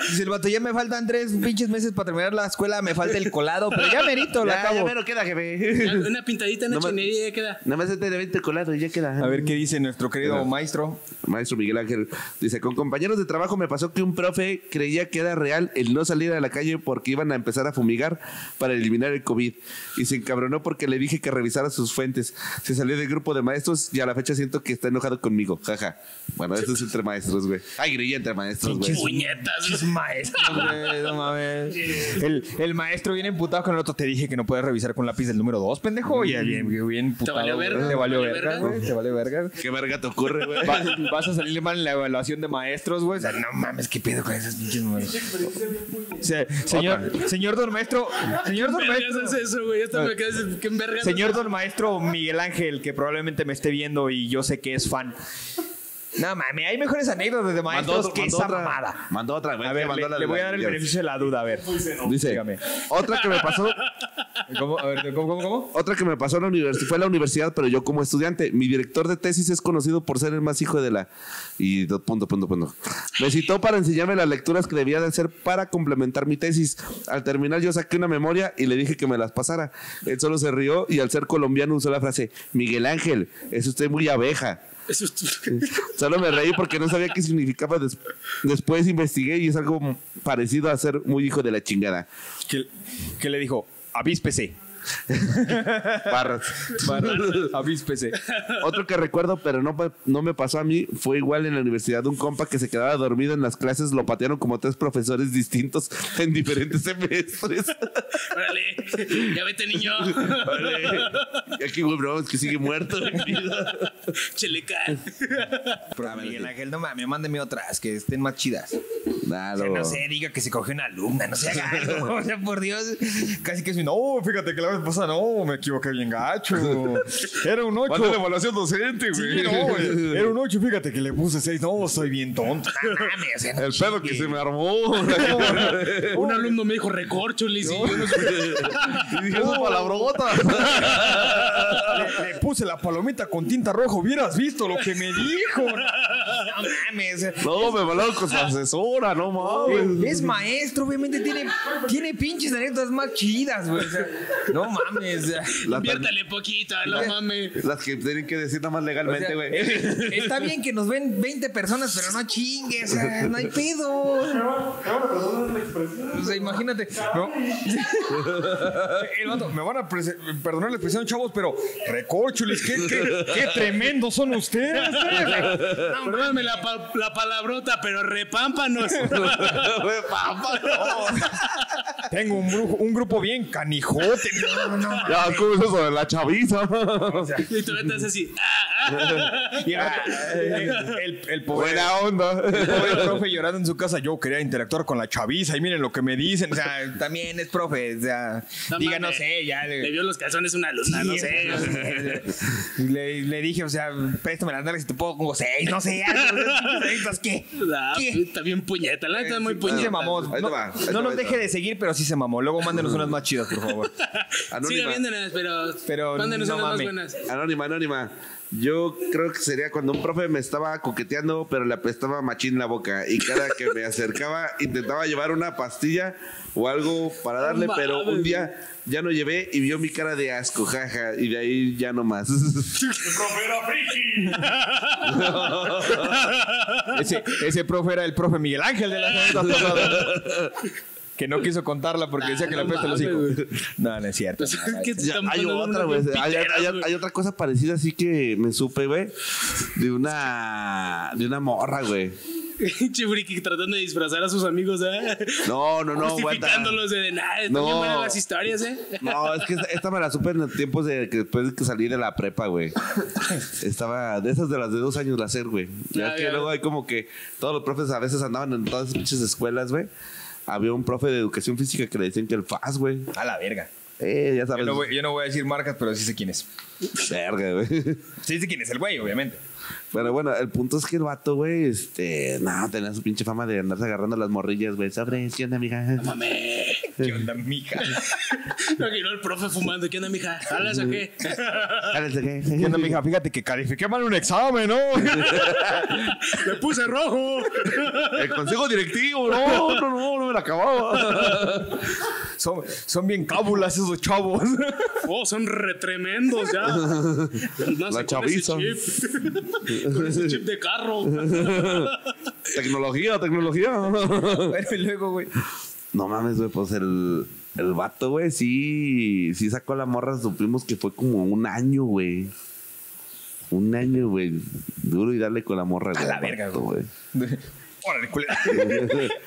C: Dice el vato, ya me faltan tres pinches meses para terminar la escuela, me falta el colado, pero ya merito, lo
B: Ya, ya
C: acabo.
B: me lo queda, jefe.
I: Ah, Una pintadita, una
B: No me-
I: chinería ya queda.
B: Nada más este evento colado y ya queda.
C: A ver qué dice nuestro querido maestro.
B: Maestro Miguel Ángel dice, con compañeros de trabajo me pasó que un profe creía que era real el no salir a la calle porque iban a empezar a fumigar para eliminar el COVID. Y se encabronó porque le dije que revisara sus fuentes. Se salió del grupo de maestros y a la fecha siento que está enojado conmigo. Jaja. Bueno, eso es entre maestros, güey. Ay, grilla entre maestros, güey.
I: Puñetas. güey.
C: Maestro, güey, no mames. El, el maestro viene emputado con el otro. Te dije que no puedes revisar con lápiz el número 2, pendejo. Y bien, bien emputado.
I: valió
C: güey.
I: verga,
C: Te valió
I: te valió
C: verga,
I: verga.
C: güey. Te valió verga.
B: ¿Qué verga te ocurre, güey?
C: Va- vas a salir mal en la evaluación de maestros, güey. O sea, no mames, qué pedo con esas pinches números. O sea, señor, señor don maestro, señor don
I: vergas
C: maestro.
I: es eso, güey? Hasta me quedas. ¿Qué vergas?
C: Señor don maestro Miguel Ángel, que probablemente me esté viendo y yo sé que es fan. No mames, hay mejores anécdotas de maestros
B: otro-
C: que
B: mandó
C: esa
B: otra.
C: mamada.
B: Mandó otra, güey.
C: A ver,
B: Mandó
C: le,
B: la
C: le
B: de
C: voy a
B: la-
C: dar el
B: ya.
C: beneficio de la duda, a ver.
B: Dice,
C: Dígame.
B: otra que me pasó
C: ¿Cómo? A ver, ¿cómo, cómo, cómo?
B: Otra que me pasó en la universidad fue a la universidad, pero yo como estudiante, mi director de tesis es conocido por ser el más hijo de la y do- punto punto punto. Me citó para enseñarme las lecturas que debía de hacer para complementar mi tesis. Al terminar yo saqué una memoria y le dije que me las pasara. Él solo se rió y al ser colombiano usó la frase Miguel Ángel, es usted muy abeja.
I: Eso es-
B: Solo me reí porque no sabía qué significaba. des- después investigué y es algo parecido a ser muy hijo de la chingada.
C: Que, que le dijo, avíspese.
B: Barras.
C: avíspese.
B: Otro que recuerdo, pero no, pa- no me pasó a mí, fue igual en la universidad un compa que se quedaba dormido en las clases, lo patearon como tres profesores distintos en diferentes semestres.
I: Órale. Ya vete, niño.
B: Vale. Y aquí, güey, bro, es que sigue muerto.
I: Cheleca.
C: Miguel Ángel, no mames, mándeme otras que estén más chidas. O sea,
B: Claro.
C: no sé, diga que se coge una alumna, no sé, haga algo. O sea, por Dios. Casi que si no, fíjate que la vez pasada no, me equivoqué bien gacho. Era un 8. la evaluación docente, güey. no, güey. Era un 8, fíjate que le puse 6. No, soy bien tonto. No mames, o sea, no
B: El pedo que se me armó.
I: Un alumno me dijo recorcholis y yo no sé.
B: Y dije, "Esa palabrota.
C: le, le puse la palomita con tinta roja. Hubieras visto lo que me dijo. No mames.
B: No, me hablaron con su asesora, no mames.
C: Es maestro, obviamente tiene, tiene pinches anécdotas más chidas, güey. O sea, no mames. o sea.
B: La-
I: Inviértale poquito, no mames.
B: Las que tienen que decir nada más
C: O sea,
B: legalmente, güey.
C: eh, Está bien que nos ven 20 personas, pero no chingues, o sea, no hay pedo. O sea, imagínate. ¿no? El vato, me van a prese- perdonar la expresión, chavos, pero recóchules, qué, qué, qué tremendos son ustedes. eh.
I: Perdóname la, pa- la palabrota, pero repámpanos.
C: Tengo un, brujo- un grupo bien canijote. No, no, no.
B: Ya, ¿cómo es eso de la chaviza?
I: y tú le das así. ah, ah.
C: Y el, vato, el- el pobre.
B: Ah, Buena onda.
C: Pobre profe llorando en su casa, yo quería interactuar con la chaviza y miren lo que me dicen. O sea, también es profe, o sea,
I: No
C: diga,
I: mames.
C: no sé, ya.
I: Le vio los calzones una luz, no sé.
C: Le, le dije, o sea, préstame las nalgas y te puedo como seis, no sé, algo, ¿sabes ¿qué?
I: Ah, pues,
C: ¿Qué?
I: está bien puñeta, la neta es muy
C: Pinche
I: puñeta.
C: mamón.
B: Ahí te
C: No,
B: va, ahí
C: no
B: te va,
C: nos
B: ahí te
C: deje
B: va.
C: de seguir, pero sí se mamó. Luego mándenos unas más chidas, por favor.
B: Anónima.
I: Siga viéndonos, pero,
C: Pero
I: mándenos
C: no
I: unas más
C: mames.
I: buenas.
B: Anónima, anónima. Yo creo que sería cuando un profe me estaba coqueteando, pero le apestaba machín la boca. Y cada que me acercaba, intentaba llevar una pastilla o algo para darle,
I: No
B: pero
I: mames,
B: un día ya no llevé y vio mi cara de asco, jaja. Y de ahí ya no más.
C: Ese, ese profe era el profe Miguel Ángel de las anécdotas pasadas. Que no quiso contarla porque decía que le
I: no
C: apesta los
I: mames,
C: hijos. No, no es cierto.
I: Pues, es que
B: Ya,
I: están
B: hay
I: poniendo
B: otra, güey.
I: unas bien
B: Hay,
I: piteras,
B: hay-
I: güey.
B: hay otra cosa parecida así que me supe, güey. De una, de una morra, güey.
I: Pinche friki tratando de disfrazar a sus amigos, ¿eh?
B: No, no, no. aguanta.
I: Justificándolos de, de nada. Están
B: No.
I: bien buenas las historias, ¿eh?
B: No, es que esta, esta me la supe en los tiempos de que después de que salí de la prepa, güey. Estaba de esas de las de dos años la hacer, güey. Ya
I: Ah,
B: que
I: ya.
B: luego hay como que todos los profes a veces andaban en todas esas pinches escuelas, güey. Había un profe de educación física que le decían que el FAS, güey.
C: A la verga.
B: Eh, ya
C: Yo
B: sabes.
C: no, voy, yo no voy a decir marcas, pero sí sé quién es.
B: Verga, güey.
C: Sí sé quién es el güey, obviamente.
B: Pero bueno, el punto es que el vato, güey, este, no, tenía su pinche fama de andarse agarrando las morrillas, güey. Sobre, ¿qué onda, amiga?
I: Mame.
C: ¿Qué onda, mija?
K: Imagino al profe fumando. ¿Qué onda, mija? ¿Jalas o qué?
B: Ábrete, ¿qué?
C: ¿Qué onda, mija? Fíjate que califiqué mal un examen, ¿no?
K: ¡Me puse rojo!
B: El consejo directivo, ¿no?
C: No, no, no, no me la acababa. Son, son bien cábulas esos chavos.
K: ¡Oh, son retremendos ya! No sé, con ese
B: chaviza.
K: chip. Con ese chip de carro.
B: Tecnología, tecnología.
C: Bueno, y luego, güey.
B: No mames, güey, pues el, el vato, güey, sí, sí sacó a la morra, supimos que fue como un año, güey. Un año, güey. Duro y darle con la morra, güey.
C: la verga,
B: vato,
C: güey. Órale, culera.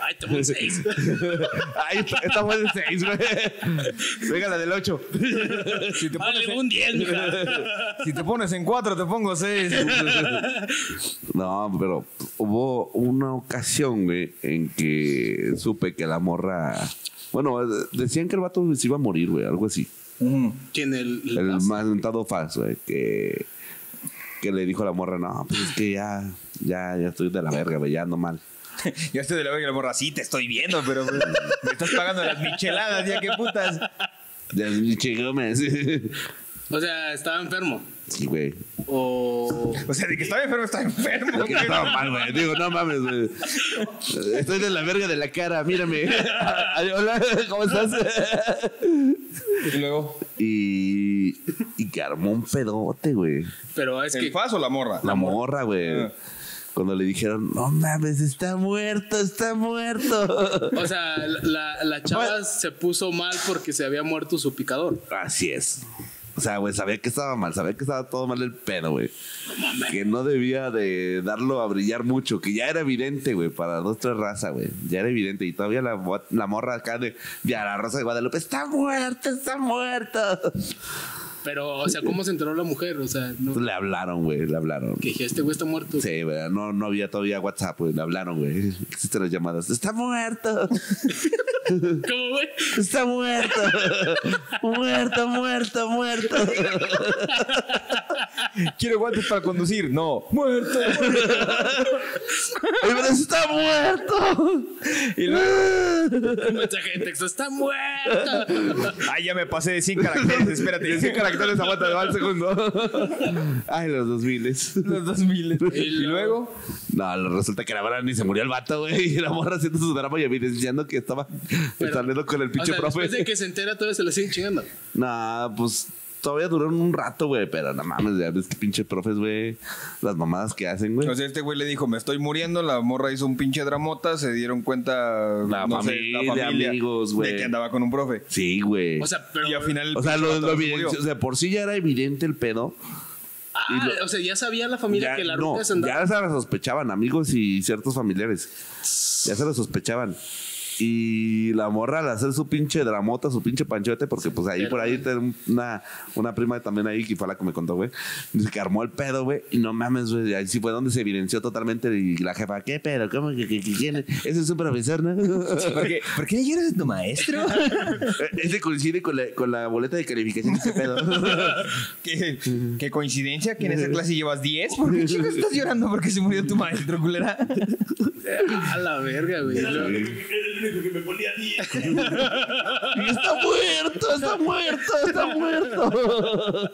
K: ¡Ay, te voy seis!
B: Ay, esta, esta fue de seis, güey. Venga, la del ocho.
C: Si te,
K: ¡Vale,
C: pones en,
K: un 10, mija!
C: si te pones en cuatro, te pongo seis.
B: No, pero hubo una ocasión, güey, en que supe que la morra. Bueno, eh, decían que el vato se iba a morir, güey, algo así.
C: Ujú.
I: ¿Quién el, el
B: El
I: Lazo?
B: mandado falso, güey, que, que le dijo a la morra, no, pues es que ya, ya, ya estoy de la verga, güey, ya ando mal.
C: Yo estoy de la verga, la morra. Sí, te estoy viendo, pero pues, me estás pagando las micheladas, ya qué putas.
B: Ya, chico, me sí,
I: O sea, estaba enfermo.
B: Sí, güey.
I: O.
C: O sea, de que estaba enfermo, está enfermo.
B: Que estaba mal, güey. Digo, no mames, güey. Estoy de la verga de la cara, mírame. Ay, Hola, ¿cómo estás?
C: Y luego,
B: Y, y que armó un pedote, güey.
I: Pero es
C: ¿el
I: que.
C: faz o la morra?
B: La morra, güey.
C: Ah.
B: Cuando le dijeron, no mames, está muerto, está muerto.
I: O sea, la, la chava se puso mal porque se había muerto su picador.
B: Así es. O sea, güey, sabía que estaba mal, sabía que estaba todo mal el pedo, güey. que no debía de darlo a brillar mucho, que ya era evidente, güey, para nuestra raza, güey. Ya era evidente. Y todavía la, mo- la morra acá de, de a la Rosa de Guadalupe, está muerto, está muerto.
I: Pero, o sea, ¿cómo se enteró la mujer? O sea, no.
B: Le hablaron, güey, le hablaron.
I: Que dije, este güey está muerto.
B: Sí, güey, no, no había todavía WhatsApp, güey, le hablaron, güey. Existen las llamadas, está muerto.
K: ¿Cómo, güey?
B: Está muerto. muerto, muerto, muerto.
C: Quiero guantes para conducir. No. Muerto.
B: Ay, pero está muerto.
C: Y luego,
K: Un mensaje de texto. ¡Está muerta!
C: ay, ya me pasé de 100 caracteres. Espérate, de 100 caracteres aguanta, va al segundo.
B: Ay, los dos miles.
C: Los 2000. Y luego,
B: No, lo- resulta que la verdad ni se murió el vato, güey. Y la morra haciendo su drama y evidenciando que estaba saliendo con el
I: O
B: pinche
I: sea,
B: profe.
I: después de que se entera, todavía se la siguen chingando.
B: Nah, pues todavía duraron un rato, güey. Pero no mames, ya ves que pinche profes, güey. Las mamadas que hacen, güey.
C: o sea, este güey le dijo, me estoy muriendo, la morra hizo un pinche dramota, se dieron cuenta
B: La
C: no sé,
B: familia, amigos, güey.
C: de que andaba con un profe.
B: Sí, güey.
I: O sea, pero.
C: y al final el
B: O sea,
C: pinche
B: lo,
C: vato
B: lo
C: se murió.
B: evidenció. O sea, por sí ya era evidente el pedo.
I: Ah,
B: y lo-
I: o sea, ya sabía la familia
B: ya,
I: que la
B: no,
I: ruca se andaba.
B: ya se la sospechaban amigos y ciertos familiares. Ya se la sospechaban. Y la morra al hacer su pinche dramota, su pinche panchote, porque pues ahí por ahí tengo una, una prima también ahí que fue la que me contó, güey. Dice que armó el pedo, güey. Y no mames, güey. Ahí sí fue donde se evidenció totalmente. Y la jefa, ¿qué pedo? ¿Cómo que, que, que quién es? Ese es un profesor, ¿no?
C: ¿Por qué, ¿Por qué ayer eres tu maestro?
B: Ese coincide con la, con la boleta de calificación de ese pedo.
C: ¿Qué, qué coincidencia que en esa clase llevas 10. ¿Por qué chicos estás llorando porque se murió tu maestro, culera?
I: A la verga, güey.
B: está muerto, está muerto, está muerto.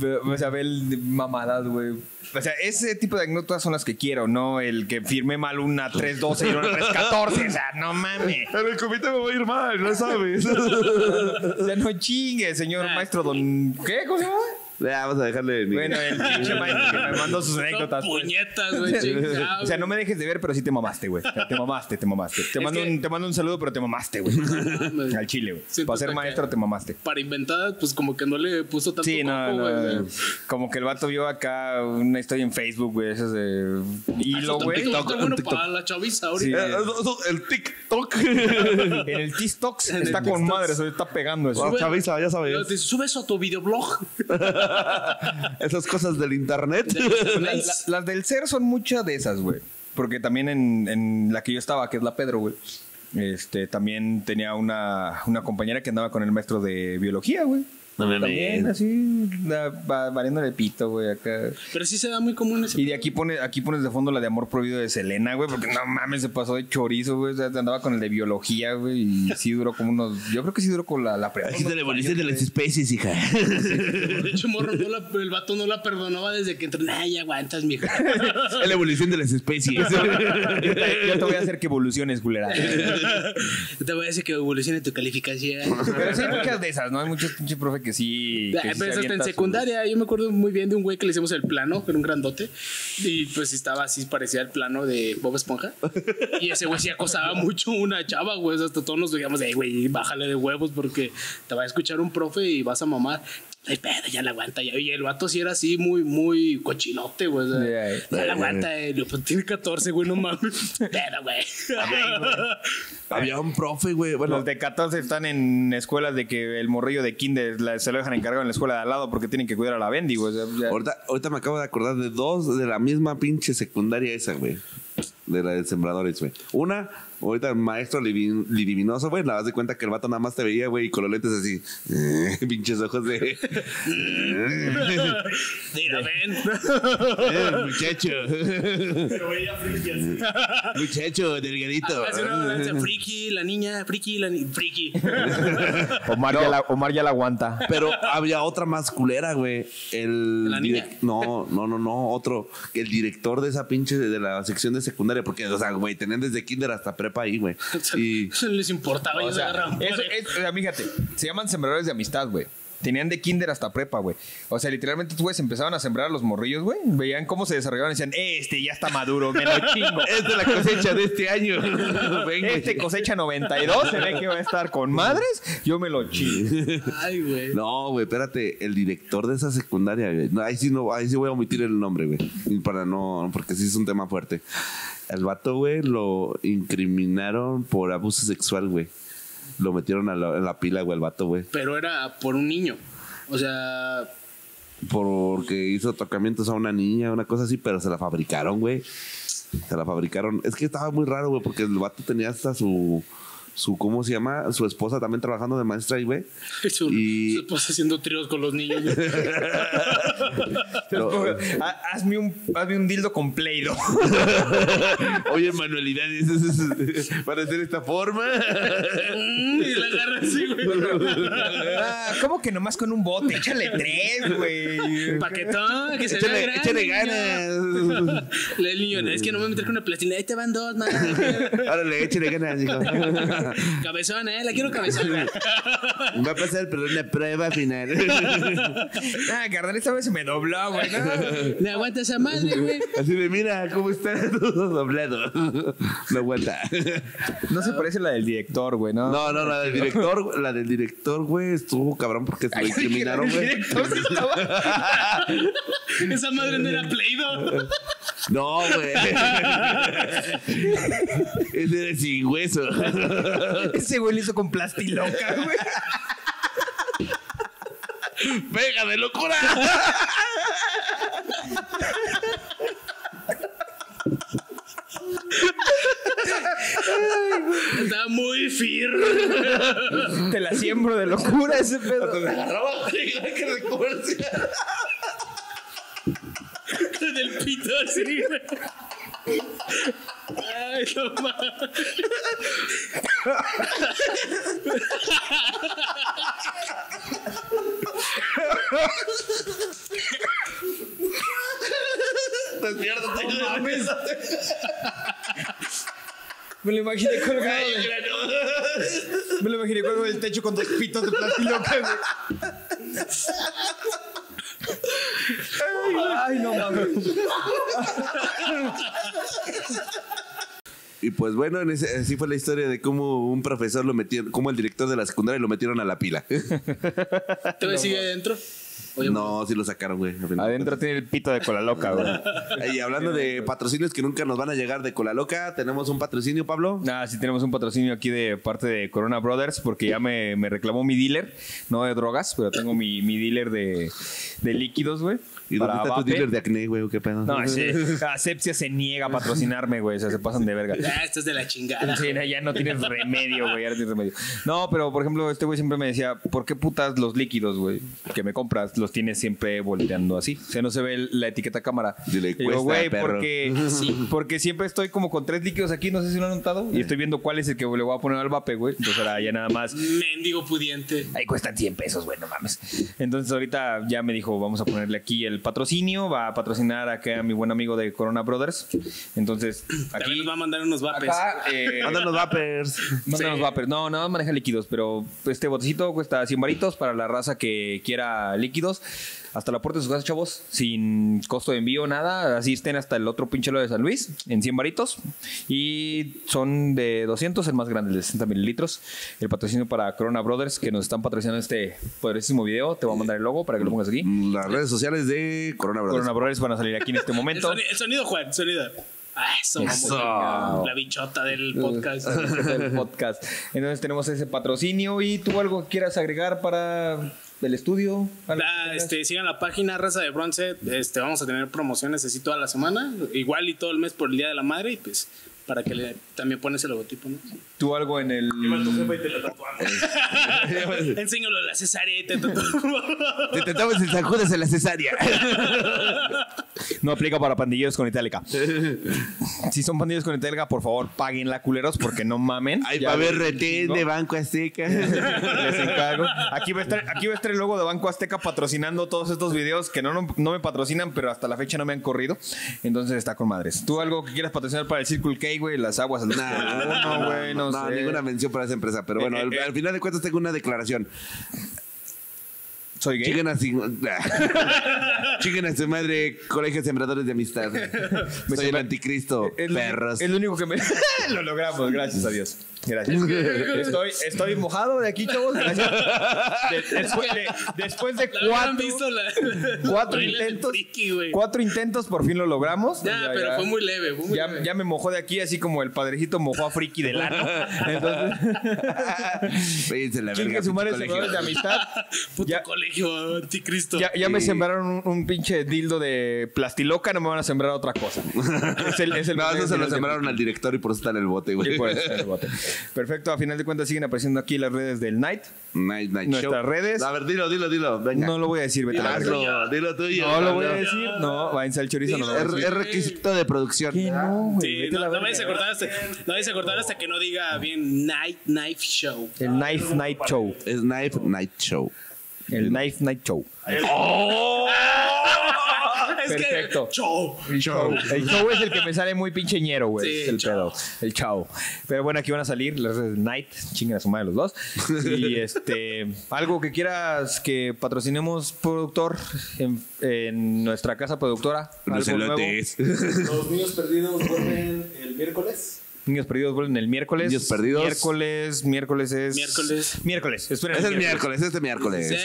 C: Pero, o sea, ve el de mamadas, güey. O sea, ese tipo de anécdotas son las que quiero, no el que firme mal una 312 y una 314. O sea, no mames.
B: En el comité me va a ir mal, lo sabes.
C: O sea, no chingue, señor
K: Ah,
C: maestro don. ¿Qué? ¿Cómo se llama?
B: vamos a dejarle. ni-
C: Bueno, el pinche maestro que me mandó sus anécdotas. pues.
K: Son puñetas, güey. chingado.
C: O sea, no me dejes de ver, pero sí te mamaste, güey. O sea, Te mamaste, te mamaste. Te mando,
I: que-
C: un, te mando un saludo, pero te mamaste, güey.
I: mames.
C: Al chile, güey.
I: Siento
C: Para ser
I: que-
C: maestro, te mamaste.
I: Para inventadas, pues como que no le puso tanto
C: Sí, no,
I: coco,
C: no,
I: güey.
C: no. Como que el vato vio acá una historia en Facebook, güey. Esas de hilo,
I: Eso
C: güey.
I: tampoco está bueno
B: Ah, TikTok.
I: para la chaviza
C: Sí.
I: ahorita.
B: Eh, eso- eso, el TikTok.
C: En el TikTok
I: En el
C: está con
I: TikTok.
C: madre, eso está pegando eso.
B: Oh, chaviza, ya
I: Luego
B: sabes.
I: te dice, Sube eso a tu videoblog.
B: Esas cosas del internet.
C: La- la- las del ser son muchas de esas, güey. Porque también en, en la que yo estaba, que es la Pedro, güey. Este, también tenía una, una compañera que andaba con el maestro de biología, güey.
B: No me
C: También,
B: metas.
C: así, da- va- variándole el pito, güey, acá.
I: Pero sí se da muy común ese.
C: Y de aquí, pone, aquí pones de fondo la de Amor Prohibido de Selena, güey, porque no mames, se pasó de chorizo, güey. O sea, andaba con el de biología, güey, y sí duró como unos. Yo creo que sí duró con la, la prepa.
B: Aquí te le
C: unos
B: volviste de
C: años,
B: las especies, hija.
I: Pinche morro, no la- el vato no la perdonaba desde que entró. Nah, ya aguantas, mijo.
B: Es la evolución de las especies.
C: güey. Yo te- yo te voy a hacer que evoluciones, culera.
I: Te voy a decir que evolucione tu calificación.
C: Pero sí hay muchas de esas, ¿no? Hay muchos pinches profe que sí.
I: Ah,
C: que sí se
I: pero es hasta en
C: avienta sus-
I: secundaria. Yo me acuerdo muy bien de un güey que le hicimos el plano, que era un grandote. Y pues estaba así, parecía el plano de Bob Esponja. Y ese güey sí acosaba mucho a una chava, güey. O sea, Hasta todos nos veíamos de, "Ey, güey, bájale de huevos porque te va a escuchar un profe y vas a mamar. Ay, pedo, ya la aguanta. Ya. Y el vato sí era así, muy, muy cochinote, güey. o sea,
C: Yeah.
I: Ya la aguanta, eh. Lo- pues, Tiene 14, güey, no mames. Pedo, güey.
B: Había un profe, güey. Bueno,
C: Los de 14 están en escuelas de que el morrillo de kinder la- se lo dejan encargado en la escuela de al lado porque tienen que cuidar a la Bendy, güey. O sea, ya-
B: ahorita, ahorita me acabo de acordar de dos de la misma pinche secundaria esa, güey. De la de sembradores, güey. Una, ahorita el maestro livin- lidivinoso, güey. La vas de cuenta que el vato nada más te veía, güey, y con los lentes así. pinches ojos de.
I: Mira, ven.
B: Eh, muchacho. muchacho, delgadito.
I: Ah, Hace una balanza, friki, la niña, friki, la niña, friki.
C: Omar, ya la, Omar ya la aguanta.
B: Pero había otra más culera, güey. El
I: La niña.
B: direc- no, no, no, no, otro. El director de esa pinche de la sección de secundaria, porque, o sea, güey, tenían desde kinder hasta prepa ahí, güey. Y
I: Eso no les importaba, ellos agarraban.
C: Eso
I: parejo.
C: es- o sea, fíjate, se llaman sembradores de amistad, güey. Tenían de kinder hasta prepa, güey. O sea, literalmente, estos güeyes empezaban a sembrar a los morrillos, güey. Veían cómo se desarrollaban y decían, este ya está maduro, me lo chingo.
B: esta es la cosecha de este año. Venga.
C: Este cosecha 92, se ve que va a estar con madres, yo me lo chingo.
I: Ay, güey.
B: No, güey, espérate, el director de esa secundaria, güey. No, ahí sí no, ahí sí voy a omitir el nombre, güey. Para no, porque sí es un tema fuerte. El vato, güey, lo incriminaron por abuso sexual, güey. Lo metieron a la, a la pila, güey, el vato, güey.
I: Pero era por un niño. O sea,
B: Porque hizo tocamientos a una niña, una cosa así, pero se la fabricaron, güey. Se la fabricaron. Es que estaba muy raro, güey, porque el vato tenía hasta su. Su, ¿cómo se llama? Su esposa también trabajando de maestra ahí, güey.
I: su,
B: Y-
I: su esposa haciendo tríos con los niños. güey.
B: Lo-
C: Ha- hazme, un, hazme un dildo con pleido.
B: Oye, manualidades, para hacer esta forma.
I: Mm, y la agarra así, güey.
C: Ah, ¿Cómo que nomás con un bote? Échale tres, güey.
I: Paquetón, que se vea
B: Échale,
I: grande,
B: échale
I: niño.
B: ganas.
I: El niño, es que no me meter con una plastilina. Ahí te van dos, man.
B: Órale, échale ganas, hijo.
I: Cabezón, eh. La quiero cabezón. güey.
B: Va a pasar, pero una prueba final.
C: Ah, carnal, esta vez se me dobló, güey. ¿no?
I: Le aguanta esa madre, güey.
B: Así de, mira, ¿cómo está todo doblado? No aguanta.
C: No se parece la del director, güey, ¿no?
B: No, no, la del director, güey, la del director, güey, estuvo cabrón porque se lo incriminaron,
C: El
B: güey.
C: director sí estaba-
I: Esa madre no era pleido.
B: No, güey. Ese era sin hueso.
C: Ese güey lo hizo con plastiloca, güey.
B: ¡Venga, de locura!
I: Estaba muy firme.
C: Te la siembro de locura ese pedo.
I: Con el pito así. güey. Ay, no mames.
C: Me lo imaginé colgado. de- Me lo imaginé colgado del techo con dos pitos de plastiloca, güey. Ay, no mames.
B: Y pues bueno, en ese- así fue la historia de cómo un profesor lo metieron, cómo el director de la secundaria lo metieron a la pila.
I: ¿Todavía sigue adentro? Oye,
A: no, sí lo sacaron, güey. al final.
C: Adentro tiene el pito de cola loca, güey.
A: Y hablando de patrocinios que nunca nos van a llegar de Cola Loca, tenemos un patrocinio, Pablo.
C: Nada, sí tenemos un patrocinio aquí de parte de Corona Brothers, porque ya me, me reclamó mi dealer, no de drogas, pero tengo mi, mi dealer de, de líquidos, güey.
A: ¿Y dónde
C: para
A: está tu
C: vape.
A: dealer de acné, güey? ¿O ¿Qué pedo?
C: No, sí. Asepsia se niega a patrocinarme, güey. O sea, se pasan de verga.
I: Ah, esto es de la chingada.
C: Sí, no, ya no tienes remedio, güey. Ya no tienes remedio. No, pero por ejemplo, este güey siempre me decía, ¿por qué putas los líquidos, güey, que me compras, los tienes siempre volteando así? O sea, no se ve el- la etiqueta a cámara.
A: Dile,
C: Y digo,
A: "Cuesta,
C: güey,
A: perro".
C: porque, sí, porque siempre estoy como con tres líquidos aquí, no sé si lo han notado, y estoy viendo cuál es el que le voy a poner al vape, güey. Entonces ahora ya nada más.
I: Mendigo pudiente.
C: Ahí cuestan 100 pesos, güey, no mames. Entonces ahorita ya me dijo, vamos a ponerle aquí el patrocinio, va a patrocinar acá a mi buen amigo de Corona Brothers. Entonces,
I: También
C: aquí...
I: nos va a mandar unos vapes.
C: Acá, eh,
A: Mándanos vapers.
C: Mándanos vapers. No, nada más maneja líquidos, pero este botecito cuesta 100 varitos para la raza que quiera líquidos. Hasta la puerta de sus casas, chavos, sin costo de envío, nada. Asisten hasta el otro pinche lado de San Luis, en 100 varitos. Y son de 200, el más grande, el de 60 mililitros. El patrocinio para Corona Brothers, que nos están patrocinando este poderísimo video. Te voy a mandar el logo para que lo pongas aquí.
A: Las redes sociales de Corona Brothers.
C: Corona Brothers van a salir aquí en este
I: El,
C: momento.
I: soni- el sonido, Juan, el sonido. Ah, eso, vamos,
C: Eso.
I: chingado. La bichota del podcast.
C: del podcast. Entonces tenemos ese patrocinio y tú algo que quieras agregar para el estudio. ¿Algo que
I: Ah,
C: quieras?
I: este, sigan la página Raza de Bronce. Este, vamos a tener promociones así toda la semana, igual y todo el mes por el Día de la Madre y pues para que le, también pones el logotipo. ¿no?
C: Tú algo en el...
I: Enséñalo a la cesárea y te tatuamos.
A: Te tentamos en San Judas en la cesárea.
C: No aplica para pandilleros con Itálica. si son pandilleros con Itálica, por favor, paguen culeros porque no mamen.
A: Ahí
C: Ya
A: va a haber
C: les-
A: retén de Banco Azteca.
C: les encargo. Aquí va, a estar, aquí va a estar el logo de Banco Azteca patrocinando todos estos videos que no, no, no me patrocinan, pero hasta la fecha no me han corrido. Entonces está con madres. ¿Tú algo que quieras patrocinar para el Circle K, güey? Las aguas al
A: No,
C: no, güey, no, sé.
A: ninguna mención para esa empresa. Pero bueno,
C: Eh, eh,
A: al,
C: eh.
A: al final de cuentas tengo una declaración.
C: Soy gay.
A: Chiquen a, sin- Chinguen a su madre, colegio sembradores de amistad. Soy el
C: sembra-
A: anticristo,
C: Es lo-
A: perros.
C: Es lo único que me. lo logramos, gracias a Dios. Gracias. Estoy, estoy mojado de aquí, chavos. Gracias. De- después, de, después de
I: ¿La han
C: cuatro,
I: visto la,
C: cuatro
I: el trailer del
C: intentos.
I: Friki, güey.
C: Cuatro intentos, por fin lo logramos.
I: Ya, pero fue muy leve, fue muy
C: ya,
I: leve.
C: ya me mojó de aquí, así como el padrecito mojó a Friki de lano. Entonces,
A: Váyanse a la verga,
C: chingue su madre,
A: pinche
C: señores de
A: colegio.
C: amistad.
I: Puto
C: Ya-
I: colegio anticristo.
C: Ya, ya me
A: Sí.
C: sembraron un, un pinche dildo de plastiloca, no me van a sembrar otra cosa. Es el, es el
A: No, eso se lo
C: de-
A: sembraron al director y por eso está en el bote,
C: Sí,
A: güey.
C: por eso, el bote. Perfecto, a final de cuentas siguen apareciendo aquí las redes del Night.
A: Night, night
C: Nuestras
A: show.
C: redes.
A: A ver, dilo, dilo, dilo. Venga.
C: No lo voy a decir, vete a la verga.
A: Hazlo, dilo tuyo.
C: No lo voy a
A: Pablo.
C: decir. No, va en chorizo, no lo voy a
A: Es,
C: decir.
A: es requisito de producción.
C: ¿Qué? No, güey,
I: Sí,
C: vete a
I: no,
C: la
I: no
C: verga.
I: vayas a cortar hasta, no vayas a cortar hasta que no diga bien Night Knife Show.
C: El Knife Night Show.
A: Es Knife Night Show.
C: El Knife Night Show.
I: es
C: Perfecto.
I: que show.
C: El show. El show es el que me sale muy pinche ñero, güey.
I: Sí,
C: Es el
I: chao.
C: pedo. El chao. Pero bueno, aquí van a salir las redes del Night. Chingan a su madre los dos. Y este. Algo que quieras que patrocinemos, productor, en, en nuestra casa productora.
A: Los
C: Algo nuevo.
A: elotes.
L: Los niños perdidos vuelven el miércoles.
C: Niños perdidos vuelven el miércoles.
A: Niños perdidos.
C: Miércoles, miércoles es.
I: Miércoles.
C: Miércoles. Esperen,
A: Es el miércoles, este miércoles.
I: Sí.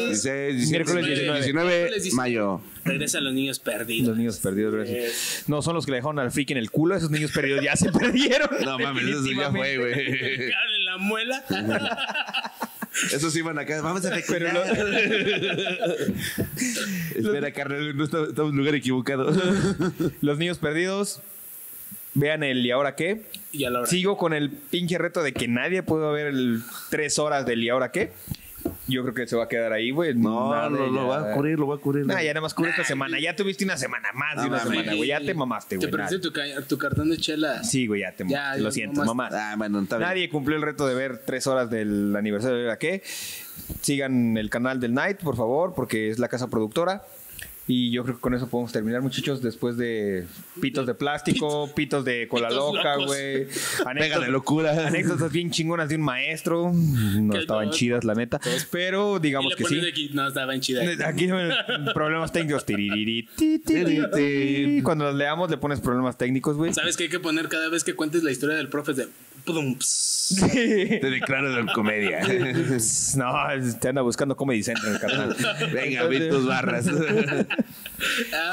A: 16, 17,
C: Miércoles
A: 19,
C: 19.
I: Miércoles
A: mayo.
I: Regresa a los niños perdidos.
C: Los niños perdidos, gracias. No, son los que le dejaron al friki en el culo. Esos niños perdidos ya se perdieron.
A: No mames, eso ya fue, güey.
I: Pegaron en la muela.
A: Esos iban acá. Vamos a recuperar. Espera, carnal, no está- estamos en lugar equivocado.
C: Los niños perdidos. Vean el y ahora qué.
I: Y a la hora.
C: Sigo con el pinche reto de que nadie pudo ver el tres horas del y ahora qué. Yo creo que se va a quedar ahí, güey.
A: No,
C: Nada,
A: no,
C: ya.
A: lo va a cubrir, lo va a cubrir.
C: Nah, ya nada más cubre esta semana. Ya tuviste una semana más de una semana, güey. Ya te mamaste, güey.
I: Ah, Te perdiste
C: Nada.
I: tu, ca- tu cartón de chela.
C: Sí, güey, ya te
I: Ya,
C: mamaste. Lo
I: ya,
C: siento,
I: nomás-
C: mamá.
A: Ah, bueno, está bien.
C: Nadie cumplió el reto de ver tres horas del aniversario de la que. Sigan el canal del Night, por favor, porque es la casa productora. Y yo creo que con eso podemos terminar, muchachos, después de pitos de plástico, pitos de cola
I: Pitos
C: loca,
I: locos.
C: güey.
A: Pega
C: Anécdotas,
A: de locura.
C: anécdotas bien chingonas de un maestro. No
I: Que
C: estaban
I: no-
C: chidas, la neta. Pero
I: Y
C: digamos
I: le
C: que
I: pones
C: sí.
I: de aquí. No, estaban chidas.
C: Aquí problemas técnicos. Tiriri, ti, ti, ti, ti. Cuando las leamos le pones problemas técnicos, güey.
I: ¿Sabes qué hay que poner cada vez que cuentes la historia del profe? De, pudum, pss.
C: Sí.
B: Te declaro de comedia.
C: No, te anda buscando Comedy Central, carnal.
B: Venga, vi tus barras.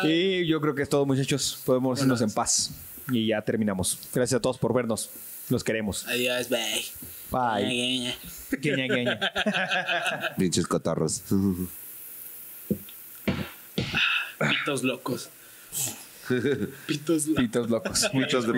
C: Y yo creo que es todo, muchachos. Podemos irnos en paz. Y ya terminamos. Gracias a todos por vernos. Los queremos.
I: Adiós, bye.
C: Bye. Guiña, guiña.
B: Pinches cotorros.
I: Pitos locos. Pitos locos.
C: Pitos locos.
B: Muchos de